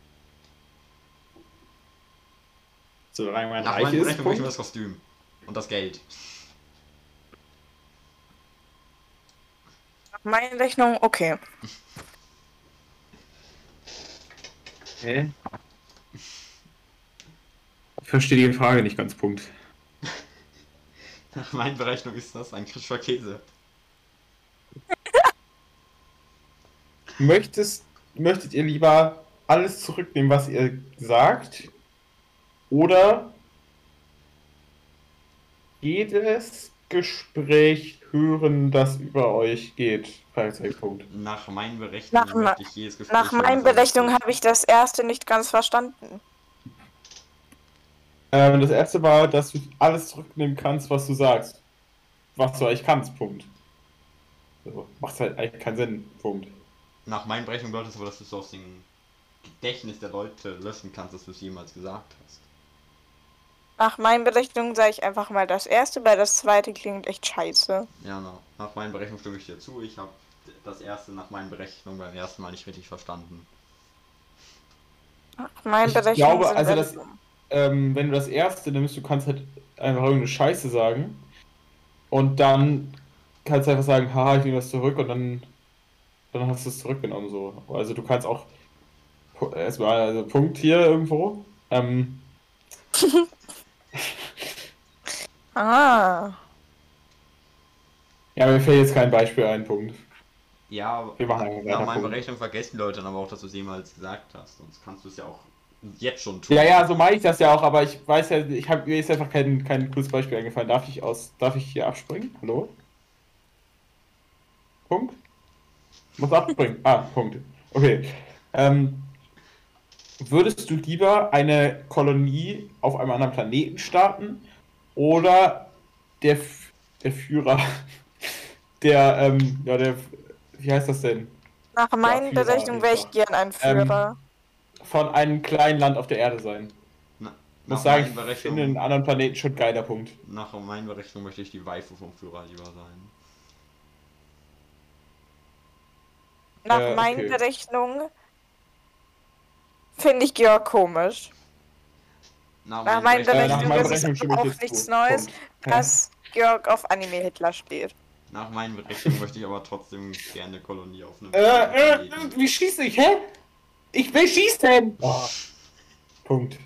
B: Solange man
A: Nach
B: reich
A: meinen
B: ist,
A: Berechnungen möchte ich
B: Punkt.
A: nur das Kostüm. Und das Geld. [laughs]
C: Nach meinen Rechnungen, okay.
B: Hä? Ich verstehe die Frage nicht ganz, Punkt.
A: Nach meinen Berechnungen ist das ein kritischer Käse.
B: Möchtest, möchtet ihr lieber alles zurücknehmen, was ihr sagt? Oder jedes Gespräch hören, das über euch geht? Fragezeichen.
A: Nach meinen Berechnungen
C: Nach ma-
A: möchte ich jedes Gespräch
C: Nach meinen Berechnungen habe ich das erste nicht ganz verstanden.
B: Ähm, das erste war, dass du alles zurücknehmen kannst, was du sagst. Was du eigentlich kannst, Punkt. So, macht halt eigentlich keinen Sinn, Punkt.
A: Nach meinen Berechnungen bedeutet das aber, dass du es aus dem Gedächtnis der Leute löschen kannst, dass du es jemals gesagt hast.
C: Nach meinen Berechnungen sage ich einfach mal das erste, weil das zweite klingt echt scheiße.
A: Ja, genau. Nach meinen Berechnungen stimme ich dir zu. Ich habe das erste nach meinen Berechnungen beim ersten Mal nicht richtig verstanden.
C: Nach meinen
B: Ich
C: Berechnungen
B: glaube,
C: sind
B: also
C: wir-
B: das- ähm, wenn du das erste nimmst, du kannst halt einfach irgendeine Scheiße sagen. Und dann kannst du einfach sagen, haha, ich nehme das zurück und dann, dann hast du es zurückgenommen so. Also du kannst auch pu- erstmal also Punkt hier irgendwo. Ähm,
C: Ah.
B: ja, mir fällt jetzt kein Beispiel ein, Punkt.
A: Ja, aber
B: Wir machen einfach
A: nach
B: weiter,
A: meinen
B: Punkt.
A: Berechnungen vergessen die Leute dann aber auch, dass du es jemals gesagt hast. Sonst kannst du es ja auch jetzt schon tun.
B: Ja, also ja, so mache ich das ja auch, aber ich weiß ja, ich hab, mir ist einfach kein, kein cooles Beispiel eingefallen. Darf ich aus, darf ich hier abspringen? Hallo? Punkt? Muss abspringen. Ah, Punkt. Okay. Ähm, würdest du lieber eine Kolonie auf einem anderen Planeten starten oder der, F- der Führer, [laughs] der, ähm, ja, der, wie heißt das denn?
C: Nach meinen
B: Führer
C: Berechnungen wäre ich
B: einfach.
C: gern ein
B: Ähm,
C: Führer.
B: Von einem kleinen Land auf der Erde sein?
A: Na,
B: Das
A: nach,
B: sage
A: meinen
B: ich, finde
A: Berechnungen,
B: einen anderen Planeten schon geiler Punkt.
A: nach meinen Berechnungen möchte ich die Weife vom Führer lieber sein.
C: Nach
B: äh,
C: meinen
B: okay.
C: Berechnungen finde ich Georg komisch. Nach meinen
B: Äh,
C: Berechnungen
B: nach meiner
C: ist es
B: Berechnung stimme ich
C: auch
B: dir zu.
C: nichts Neues.
B: Punkt.
C: dass Georg auf Anime Hitler steht.
A: Nach meinen Berechnungen möchte ich aber trotzdem gerne Kolonie auf einem
B: Äh, äh, äh,
A: Planeten.
B: wie schieße ich, hä? Ich will schießen! Oh. Punkt.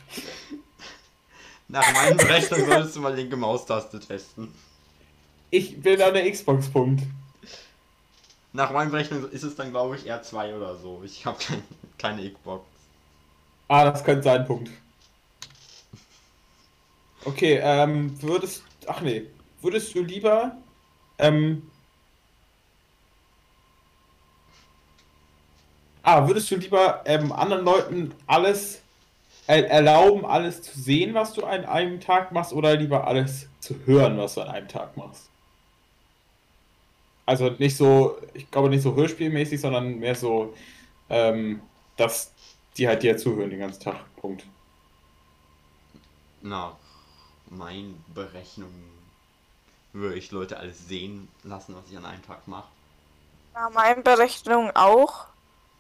A: Nach meinen Berechnungen solltest du mal linke Maustaste testen.
B: Ich will an der Xbox, Punkt.
A: Nach meinen Berechnungen ist es dann, glaube ich, eher 2 oder so. Ich habe kein, keine Xbox.
B: Ah, das könnte sein, Punkt. Okay, ähm, würdest. Ach nee. Würdest du lieber. Ähm. Ah, würdest du lieber ähm, anderen Leuten alles er erlauben, alles zu sehen, was du an einem Tag machst, oder lieber alles zu hören, was du an einem Tag machst? Also nicht so, ich glaube nicht so hörspielmäßig, sondern mehr so, ähm, dass die halt dir zuhören den ganzen Tag. Punkt.
A: Nach meinen Berechnungen würde ich Leute alles sehen lassen, was ich an einem Tag mache.
C: Nach meinen Berechnungen auch,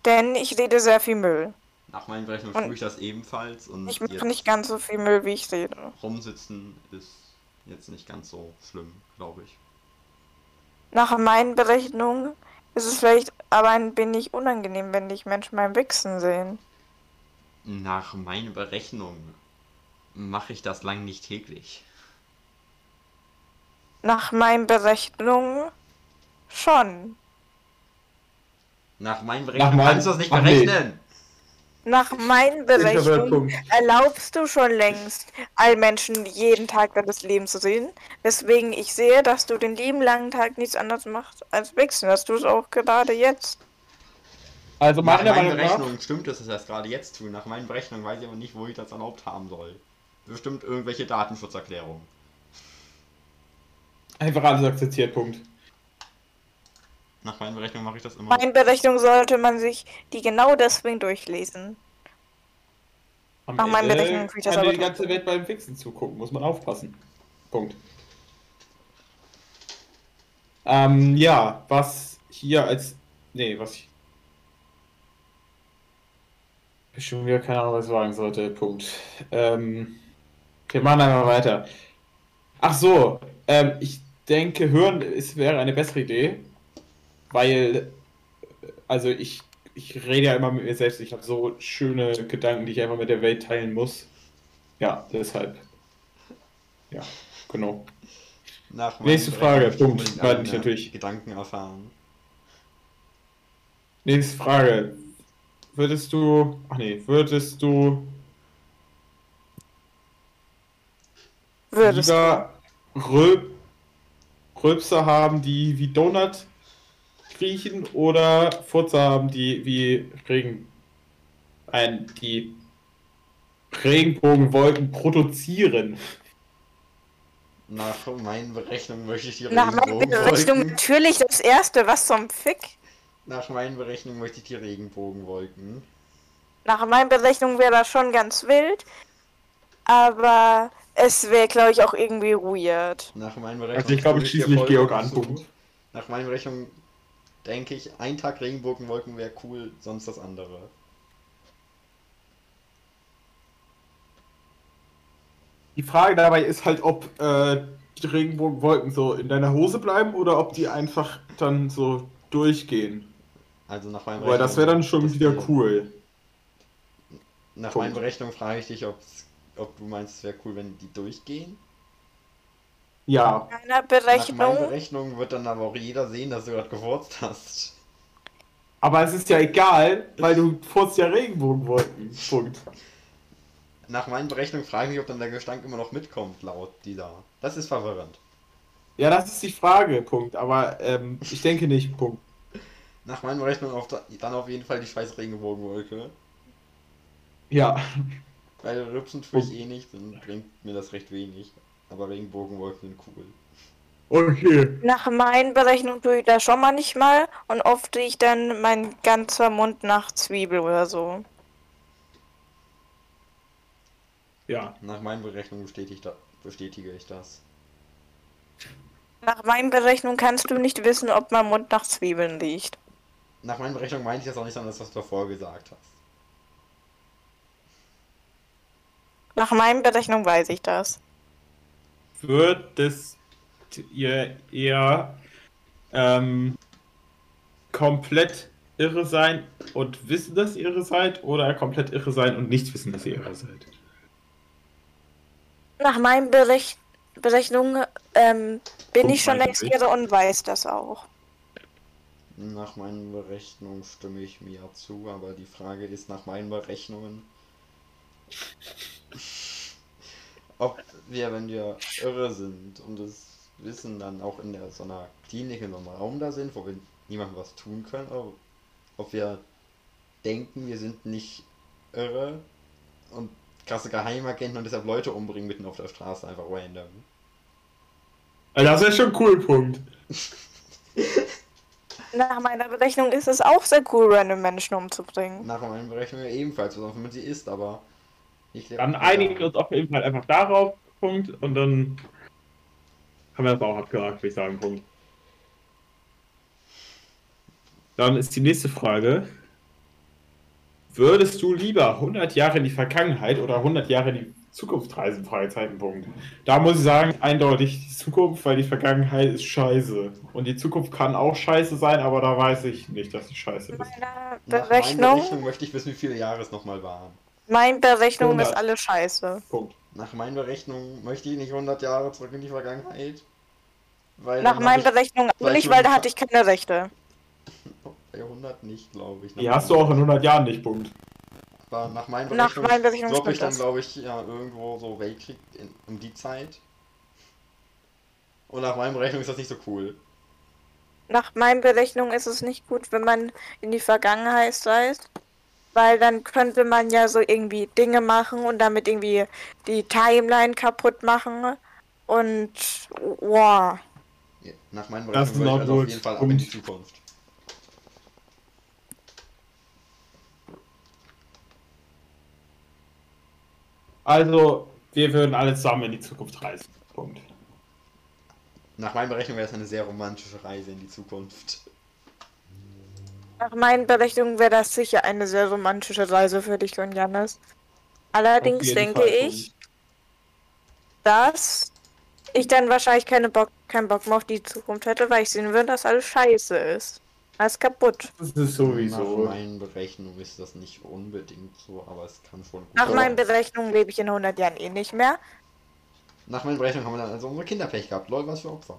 C: denn ich rede sehr viel Müll.
A: Nach meinen Berechnungen
C: Und-
A: tue ich das ebenfalls und
B: Hm,
C: Ich
A: jetzt
C: mache nicht ganz so viel Müll, wie ich rede.
A: rumsitzen ist jetzt nicht ganz so schlimm, glaube ich.
C: Nach meinen Berechnungen ist es vielleicht aber ein wenig unangenehm, wenn dich Menschen beim Wichsen sehen.
A: Nach meinen Berechnungen mache ich das lang nicht täglich.
C: Nach meinen Berechnungen schon.
A: Nach meinen Berechnungen
B: meinen-
A: kannst du das nicht
B: Ach, nee.
A: berechnen.
C: Nach meinen Berechnungen erlaubst du schon längst, allen Menschen jeden Tag deines Lebens zu sehen. Weswegen ich sehe, dass du den lieben langen Tag nichts anderes machst als Wichsen. Das tust du auch gerade jetzt.
B: Also
A: Nach
B: meiner
A: meinen
B: Meinung nach.
A: Berechnungen stimmt es, dass ich das gerade jetzt tue. Nach meinen Berechnungen weiß ich aber nicht, wo ich das erlaubt haben soll. Bestimmt irgendwelche Datenschutzerklärungen.
B: Einfach alles akzeptiert, Punkt.
A: Nach Reihenberechnung mache ich das immer.
C: Weinberechnung sollte man sich die genau deswegen durchlesen.
B: Am
C: Nach meinem
B: Ende
C: Berechnungen kriegt das
B: kann dir
C: aber
B: die
C: trotzdem.
B: ganze Welt beim Fixen zugucken, muss man aufpassen. Punkt. Ähm, ja, was hier als. Nee, was ich. Ich hab Schon wieder keine Ahnung, was ich sagen sollte. Punkt. Ähm, wir machen einfach weiter. Ach so, ähm, ich denke, hören ist, wäre eine bessere Idee, weil. Also ich ich rede ja immer mit mir selbst. Ich habe so schöne Gedanken, die ich einfach mit der Welt teilen muss. Ja, deshalb. Ja, genau.
A: Nach
B: Nächste Frage,
A: Weinberechnung
B: Punkt.
A: unbedingt
B: Nein,
A: eigene
B: natürlich.
A: Gedanken erfahren.
B: Nächste Frage. Würdest du. Ach nee, würdest du
C: Würdest du.
B: lieber Röp Röpse haben, die wie Donut riechen oder Furze haben, die wie Regen. Ein, die Regenbogenwolken produzieren.
A: Nach meinen Berechnungen möchte ich die
C: Nach meiner Berechnung
A: Regenbogenwolken.
C: natürlich das erste. Was zum Fick?
A: Nach meinen Berechnungen möchte ich die Regenbogenwolken.
C: Nach meinen Berechnungen wäre das schon ganz wild. Aber es wäre, glaube ich, auch irgendwie weird.
A: Nach meinen Berechnungen.
B: Also ich
A: stimme
B: glaube,
A: dir
B: ich schließe mich
A: voll
B: Georg an.
A: und zu.
B: Punkt.
A: Nach meinen Berechnungen denke ich, ein Tag Regenbogenwolken wäre cool, sonst das andere.
B: Die Frage dabei ist halt, ob äh, die Regenbogenwolken so in deiner Hose bleiben oder ob die einfach dann so durchgehen.
A: Also nach meinen
B: Weil das wäre dann schon
A: das
B: wieder
A: wäre-
B: cool.
A: Nach
B: Punkt.
A: meinen Berechnungen frage ich dich, ob's, ob du meinst, es wäre cool, wenn die durchgehen.
B: Ja,
C: Meiner
A: Nach meinen
C: Berechnung.
A: Berechnungen wird dann aber auch jeder sehen, dass du gerade gefurzt hast.
B: aber es ist ja egal, weil du furzt ja Regenbogenwolken. Punkt.
A: Nach meinen Berechnungen frage ich mich, ob dann der Gestank immer noch mitkommt, laut dieser. Das ist verwirrend.
B: Ja, das ist die Frage, Punkt. Aber ähm, ich denke nicht, Punkt.
A: Nach meinen Berechnungen auf, dann auf jeden Fall die scheiß Regenbogenwolke.
B: Ja, [laughs]
A: Weil Rübsen tue ich eh nicht, dann bringt mir das recht wenig. Aber Regenbogenwolken sind cool.
B: okay.
C: Nach meinen Berechnungen tue ich das schon manchmal und oft riecht dann mein ganzer Mund nach Zwiebel oder so.
B: Ja.
A: Nach meinen Berechnungen bestätigt da, bestätige ich das.
C: Nach meinen Berechnungen kannst du nicht wissen, ob mein Mund nach Zwiebeln riecht.
A: Nach meinen Berechnungen meinte ich das auch nicht anders, was du davor gesagt hast.
C: Nach meinen Berechnungen weiß ich das.
B: Würdest ihr eher ähm, komplett irre sein und wissen, dass ihr irre seid, oder komplett irre sein und nicht wissen, dass ihr irre seid?
C: Nach meinen Berech Berechnungen ähm, bin
B: Punkt
C: ich schon
B: meiner
C: längst
B: Sicht.
C: irre und weiß das auch.
A: Nach meinen Berechnungen stimme ich mir zu, aber die Frage ist nach meinen Berechnungen, ob wir, wenn wir irre sind und das Wissen dann auch in der, so einer Klinik, in so einem Raum da sind, wo wir niemandem was tun können, ob, ob wir denken, wir sind nicht irre und krasse Geheimagenten und deshalb Leute umbringen mitten auf der Straße, einfach random.
B: Also das ist schon cool, Punkt.
C: Nach meiner Berechnung ist es auch sehr cool, random Menschen umzubringen.
A: Nach meinen Berechnungen ebenfalls, was auch immer sie ist, aber ich glaube,
B: Dann einigen wir uns auf jeden Fall einfach darauf, Punkt, und dann haben wir das auch abgehakt, würde ich sagen, Punkt. Dann ist die nächste Frage. Würdest du lieber 100 Jahre in die Vergangenheit oder 100 Jahre in die Zukunft reisen? Fragezeichen, Punkt. Da muss ich sagen, eindeutig die Zukunft, weil die Vergangenheit ist scheiße. Und die Zukunft kann auch scheiße sein, aber da weiß ich nicht, dass sie scheiße ist.
C: Meiner
A: Nach meinen
C: Berechnung,
A: Berechnungen möchte ich wissen, wie viele Jahre es nochmal waren.
C: mein Berechnung ist
B: Hundert.
C: alles scheiße.
B: Punkt.
A: Nach meinen Berechnungen möchte ich nicht 100 Jahre zurück in die Vergangenheit. Weil
C: Nach
A: dann
C: meinen
A: hab
C: Berechnungen auch
A: weil
C: nicht,
A: du-
C: weil da hatte ich keine Rechte.
A: ich bei 100 Oh, nicht, glaube ich.
B: Die hast du auch in 100 Jahren nicht, Punkt.
A: Aber nach meinen
C: Nach
A: Berechnungen,
C: meinen Berechnungen
A: glaube ich
C: stimmt
A: dann,
C: das.
A: glaube ich, ja, irgendwo so Weltkrieg in, um die Zeit. Und nach meinen Berechnungen ist das nicht so cool.
C: Nach meinen Berechnungen ist es nicht gut, wenn man in die Vergangenheit reist, weil dann könnte man ja so irgendwie Dinge machen und damit irgendwie die Timeline kaputt machen und wow.
A: Ja, Nach meinen
B: Das
A: Berechnungen möchte ich
B: ist
A: also auf
B: laut
A: jeden Fall ab in die
B: Punkt.
A: Zukunft.
B: Also, wir würden alle zusammen in die Zukunft reisen. Punkt.
A: Nach meinen Berechnungen wäre es eine sehr romantische Reise in die Zukunft.
C: Nach meinen Berechnungen wäre das sicher eine sehr romantische Reise für dich und Janis.
B: Auf
C: Allerdings
B: jeden
C: denke
B: Fall schon.
C: ich, dass ich dann wahrscheinlich keine Bock, keinen Bock mehr auf die Zukunft hätte, weil ich sehen würde, dass alles scheiße ist. Alles kaputt.
B: Das ist
A: Nach
B: sowieso.
A: meinen Berechnungen ist das nicht unbedingt so, aber es kann schon gut
C: Nach
A: sein.
C: meinen Berechnungen lebe ich in 100 Jahren eh nicht mehr.
A: Nach meinen Berechnungen haben wir dann also unsere Kinderpech gehabt. Lol, was für Opfer.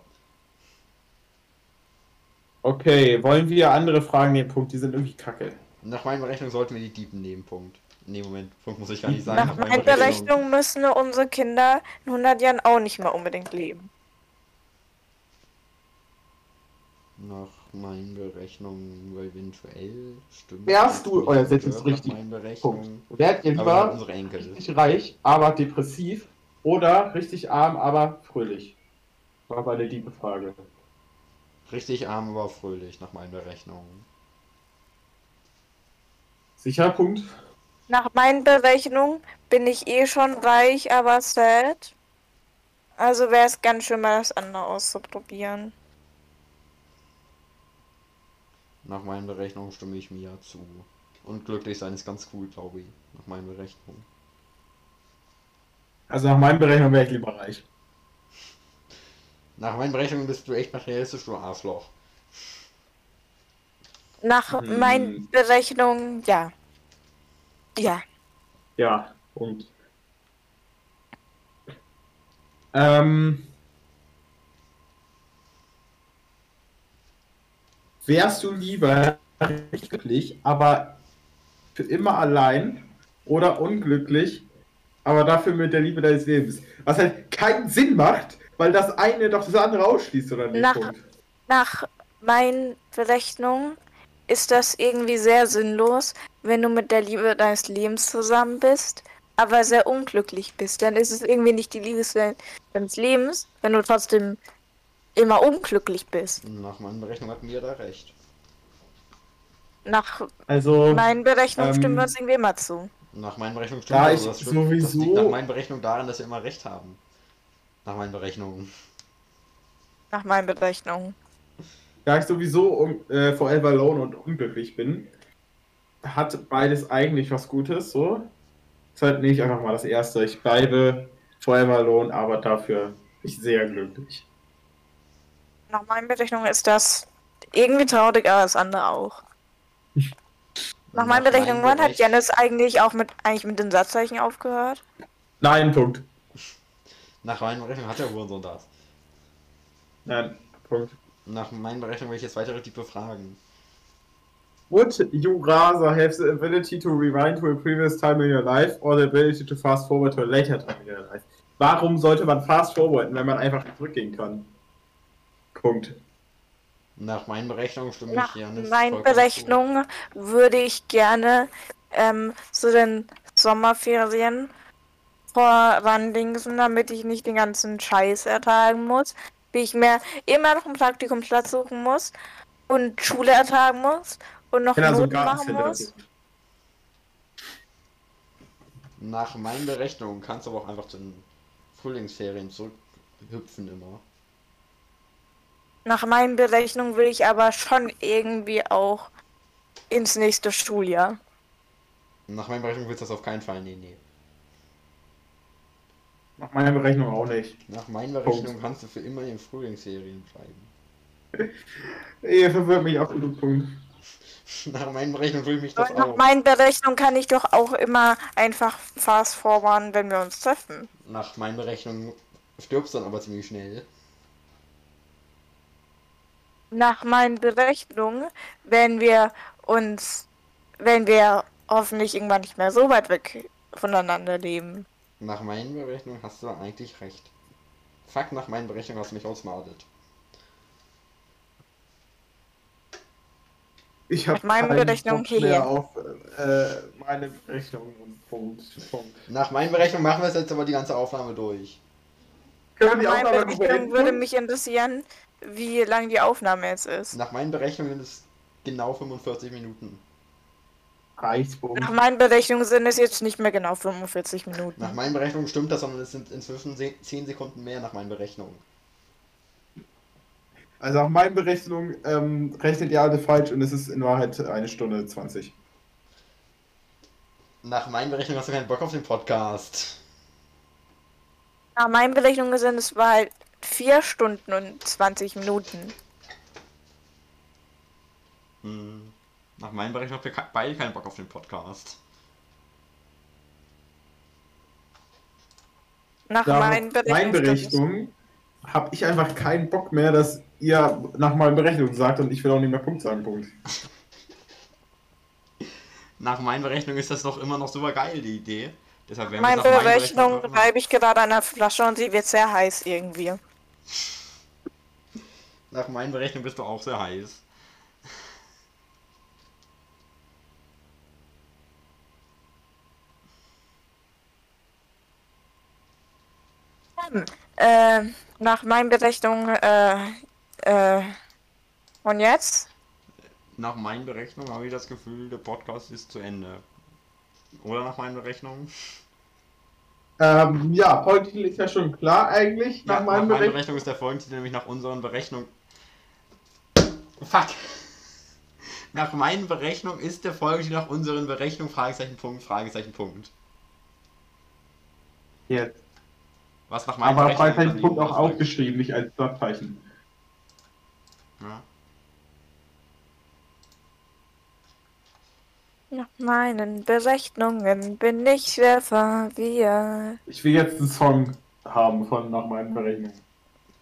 B: Okay, wollen wir andere Fragen nehmen? Punkt, die sind irgendwie kacke.
A: Nach meinen Berechnungen sollten wir die Dieben nehmen, Punkt. Nee, Moment, Punkt muss ich gar nicht sagen.
C: Nach meinen Berechnungen müssen unsere Kinder in 100 Jahren auch nicht mehr unbedingt leben.
A: Nach meinen Berechnungen eventuell stimmt.
B: Wärst du-
A: nicht,
B: oh ja, setz
A: aber
B: jetzt richtig.
A: Nach meinen Berechnungen.
B: Punkt. Werdet ihr
A: Aber
B: lieber
A: unsere Enkel.
B: richtig reich, aber depressiv oder richtig arm, aber fröhlich? War meine liebe Frage.
A: Richtig arm, aber fröhlich, nach meinen Berechnungen.
B: Sicher, Punkt.
C: Nach meinen Berechnungen bin ich eh schon reich, aber sad. Also wäre es ganz schön, mal das andere auszuprobieren.
A: Nach meinen Berechnungen stimme ich Mia zu. Und glücklich sein ist ganz cool, glaube ich. Nach meinen Berechnungen.
B: Also nach meinen Berechnungen wäre ich lieber reich.
A: Nach meinen Berechnungen bist du echt materialistisch, du Arschloch.
C: Nach
B: Hm.
C: meinen Berechnungen, ja. Ja.
B: Ja, Punkt. Ähm, wärst du lieber glücklich, aber für immer allein oder unglücklich, aber dafür mit der Liebe deines Lebens? Was halt keinen Sinn macht, weil das eine doch das andere ausschließt, oder nicht?
C: Nach-
B: Punkt.
C: Nach meinen Berechnungen ist das irgendwie sehr sinnlos, wenn du mit der Liebe deines Lebens zusammen bist, aber sehr unglücklich bist. Dann ist es irgendwie nicht die Liebe de- deines Lebens, wenn du trotzdem immer unglücklich bist.
A: Nach meinen Berechnungen hat Mia da recht.
C: Nach
B: Also,
C: meinen Berechnungen
B: ähm,
C: stimmen wir uns irgendwie immer zu.
A: Nach meinen Berechnungen
B: Da
A: also
B: ich
A: das stimmt. Das liegt
B: sowieso-
A: nach meinen Berechnungen daran, dass wir immer recht haben. Nach meinen Berechnungen.
C: Nach meinen Berechnungen.
B: da ich sowieso un- äh, forever alone und unglücklich bin, hat beides eigentlich was Gutes, so. Ist halt nicht einfach mal das erste. Ich bleibe forever alone, aber dafür bin ich sehr glücklich.
C: Nach meinen Berechnungen ist das irgendwie traurig, aber das andere auch. Nach meinen Berechnungen, wann hat
A: Berech-
C: Janis eigentlich auch mit, eigentlich mit den Satzzeichen aufgehört?
B: Nein, Punkt.
A: Nach meinen Berechnungen hat der Hurensohn das.
B: Nein, Punkt.
A: Nach meinen Berechnungen will ich jetzt weitere tiefe Fragen.
B: Would you rather have the ability to rewind to a previous time in your life or the ability to fast forward to a later time in your life? Warum sollte man fast forwarden, wenn man einfach zurückgehen kann? Punkt.
A: Nach meinen Berechnungen stimme
C: Nach
A: ich Janis
C: meinen
A: vollkommen
C: Berechnungen würde ich gerne ähm, zu den Sommerferien vorandingsen, damit ich nicht den ganzen Scheiß ertragen muss, wie ich mir immer noch einen Praktikumplatz suchen muss und Schule ertragen muss und noch
B: Wenn er Genau, so
C: Noten machen
B: Gartenfilter
C: muss.
A: zu. Nach meinen Berechnungen kannst du aber auch einfach zu den Frühlingsferien zurückhüpfen immer.
C: Nach meinen Berechnungen will ich aber schon irgendwie auch ins nächste Schuljahr.
A: Nach meinen Berechnungen willst du das auf keinen Fall. Nee, nee.
B: Nach meiner Berechnung auch nicht.
A: Nach meinen Berechnungen kannst du für immer in den Frühlingsferien bleiben. [laughs]
B: Ihr verwirrt mich auf den Punkt.
A: Nach meinen Berechnungen will mich das
C: Aber nach
A: auch.
C: meinen Berechnungen kann ich doch auch immer einfach fast forwarden, wenn wir uns treffen.
A: Nach meinen Berechnungen stirbst du dann aber ziemlich schnell.
C: Nach meinen Berechnungen, wenn wir uns, wenn wir hoffentlich irgendwann nicht mehr so weit weg voneinander leben.
A: Nach meinen Berechnungen hast du da eigentlich recht. Fuck, nach meinen Berechnungen hast du mich outsmartet.
B: Ich habe
C: Mit meinem Berechnung hier.
B: mehr auf äh, meine Berechnung und Punkt. Punkt.
A: Nach meinen Berechnungen machen wir es jetzt aber die ganze Aufnahme durch.
B: Können
C: Nach
B: wir auch
C: meinen
B: mal beenden?
C: Berechnungen würde mich interessieren, wie lang die Aufnahme jetzt ist.
A: Nach meinen Berechnungen sind es genau 45 Minuten.
B: Reichsbogen.
C: Nach meinen Berechnungen sind es jetzt nicht mehr genau 45 Minuten.
A: Nach meinen Berechnungen stimmt das, sondern es sind inzwischen se- 10 Sekunden mehr nach meinen Berechnungen.
B: Also nach meinen Berechnungen ähm, rechnet ihr alle falsch und es ist in Wahrheit eine Stunde 20.
A: Nach meinen Berechnungen hast du keinen Bock auf den Podcast.
C: Nach meinen Berechnungen sind es war halt 4 Stunden und 20 Minuten.
A: Hm. Nach meinen Berechnungen habt ihr ke- beide keinen Bock auf den Podcast.
C: Nach
B: Nach
C: meinen
B: meinen
C: Berechnungen.
B: Berechnungen habe ich einfach keinen Bock mehr, dass ihr nach meinen Berechnungen sagt und ich will auch nicht mehr Punkt sagen, Punkt.
A: Nach meinen Berechnungen ist das doch immer noch super geil, die Idee. Deshalb werden wir es
C: Meine
A: nach meinen
C: Berechnung
A: Berechnungen machen.
C: reibe ich gerade an der Flasche und sie wird sehr heiß irgendwie.
A: Nach meinen Berechnungen bist du auch sehr heiß.
C: Ähm, nach meinen Berechnungen, äh, äh, und jetzt?
A: Nach meinen Berechnungen habe ich das Gefühl, der Podcast ist zu Ende. Oder nach meinen Berechnungen?
B: Ähm, ja, Paul-Titel ist ja schon klar eigentlich,
A: Ja,
B: nach meinen
A: Berechnungen
B: Berechnungen.
A: ist der folgende, nämlich nach unseren Berechnungen. Fuck! Nach meinen Berechnungen ist der folgende nach unseren Berechnungen Fragezeichen Punkt, Fragezeichen Punkt.
B: Jetzt.
A: Was nach meinen
B: Aber
A: Berechnungen
B: Fragezeichen
A: dann
B: Punkt
A: eben
B: auch aufgeschrieben, nicht als Satzzeichen.
A: Ja.
C: Nach meinen Berechnungen bin ich sehr verwirrt.
B: Ich will jetzt einen Song haben von nach meinen Berechnungen.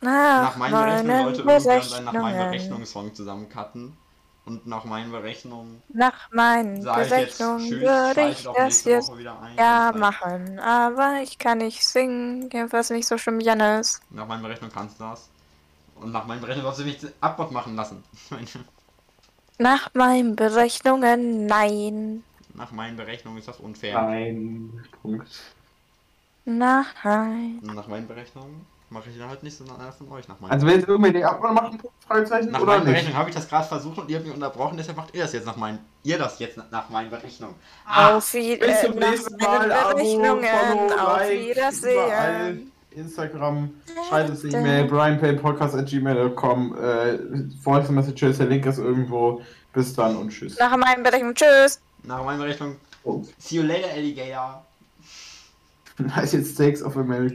A: Nach meinen Berechnungen sollte irgendjemand einen nach meinen Berechnungen Song zusammencutten. Und nach meinen Berechnungen
C: Nach meinen
A: sage ich jetzt
C: Berechnungen
A: Tschüss,
C: würde
A: schaltet
C: ich
A: auch
C: das
A: nächste
C: jetzt
A: Woche wieder ein. Bis
C: ja
A: dann.
C: machen, aber ich kann nicht singen, was nicht so schlimm Jan ist.
A: Nach meinen Berechnungen kannst du das. Und nach meinen Berechnungen darfst du mich Abmord machen lassen. [laughs]
C: Nach meinen Berechnungen nein.
A: nach meinen Berechnungen ist das unfair.
B: Ein Punkt.
C: Nein.
A: Nach meinen Berechnungen mache ich ihn halt nicht, sondern einer von euch nach meinen.
B: Also wenn jetzt irgendwer die Abmahnung macht, ein Punkt, Fragezeichen
A: nach
B: oder
A: meinen
B: nicht?
A: Berechnungen habe ich das gerade versucht und ihr habt mich unterbrochen, deshalb macht ihr das jetzt nach meinen. Ihr das jetzt nach meinen Berechnungen. Ah,
C: Auf Wied-
B: Bis
C: äh,
B: zum
C: nach
B: nächsten
C: meinen
B: Mal. Abo,
C: Berechnungen.
B: Follow,
C: Auf
B: like, überall.
C: Wiedersehen.
B: Instagram, schreibt uns eine E-Mail, brianpaypodcast.gmail.com, äh, Voice Messages, der Link ist irgendwo. Bis dann und tschüss. Oh.
C: Nach meinen Berechnungen. Tschüss.
A: nach
B: [laughs]
A: meinen Berechnungen.
B: Punkt.
A: See you later, Alligator.
B: United States of America.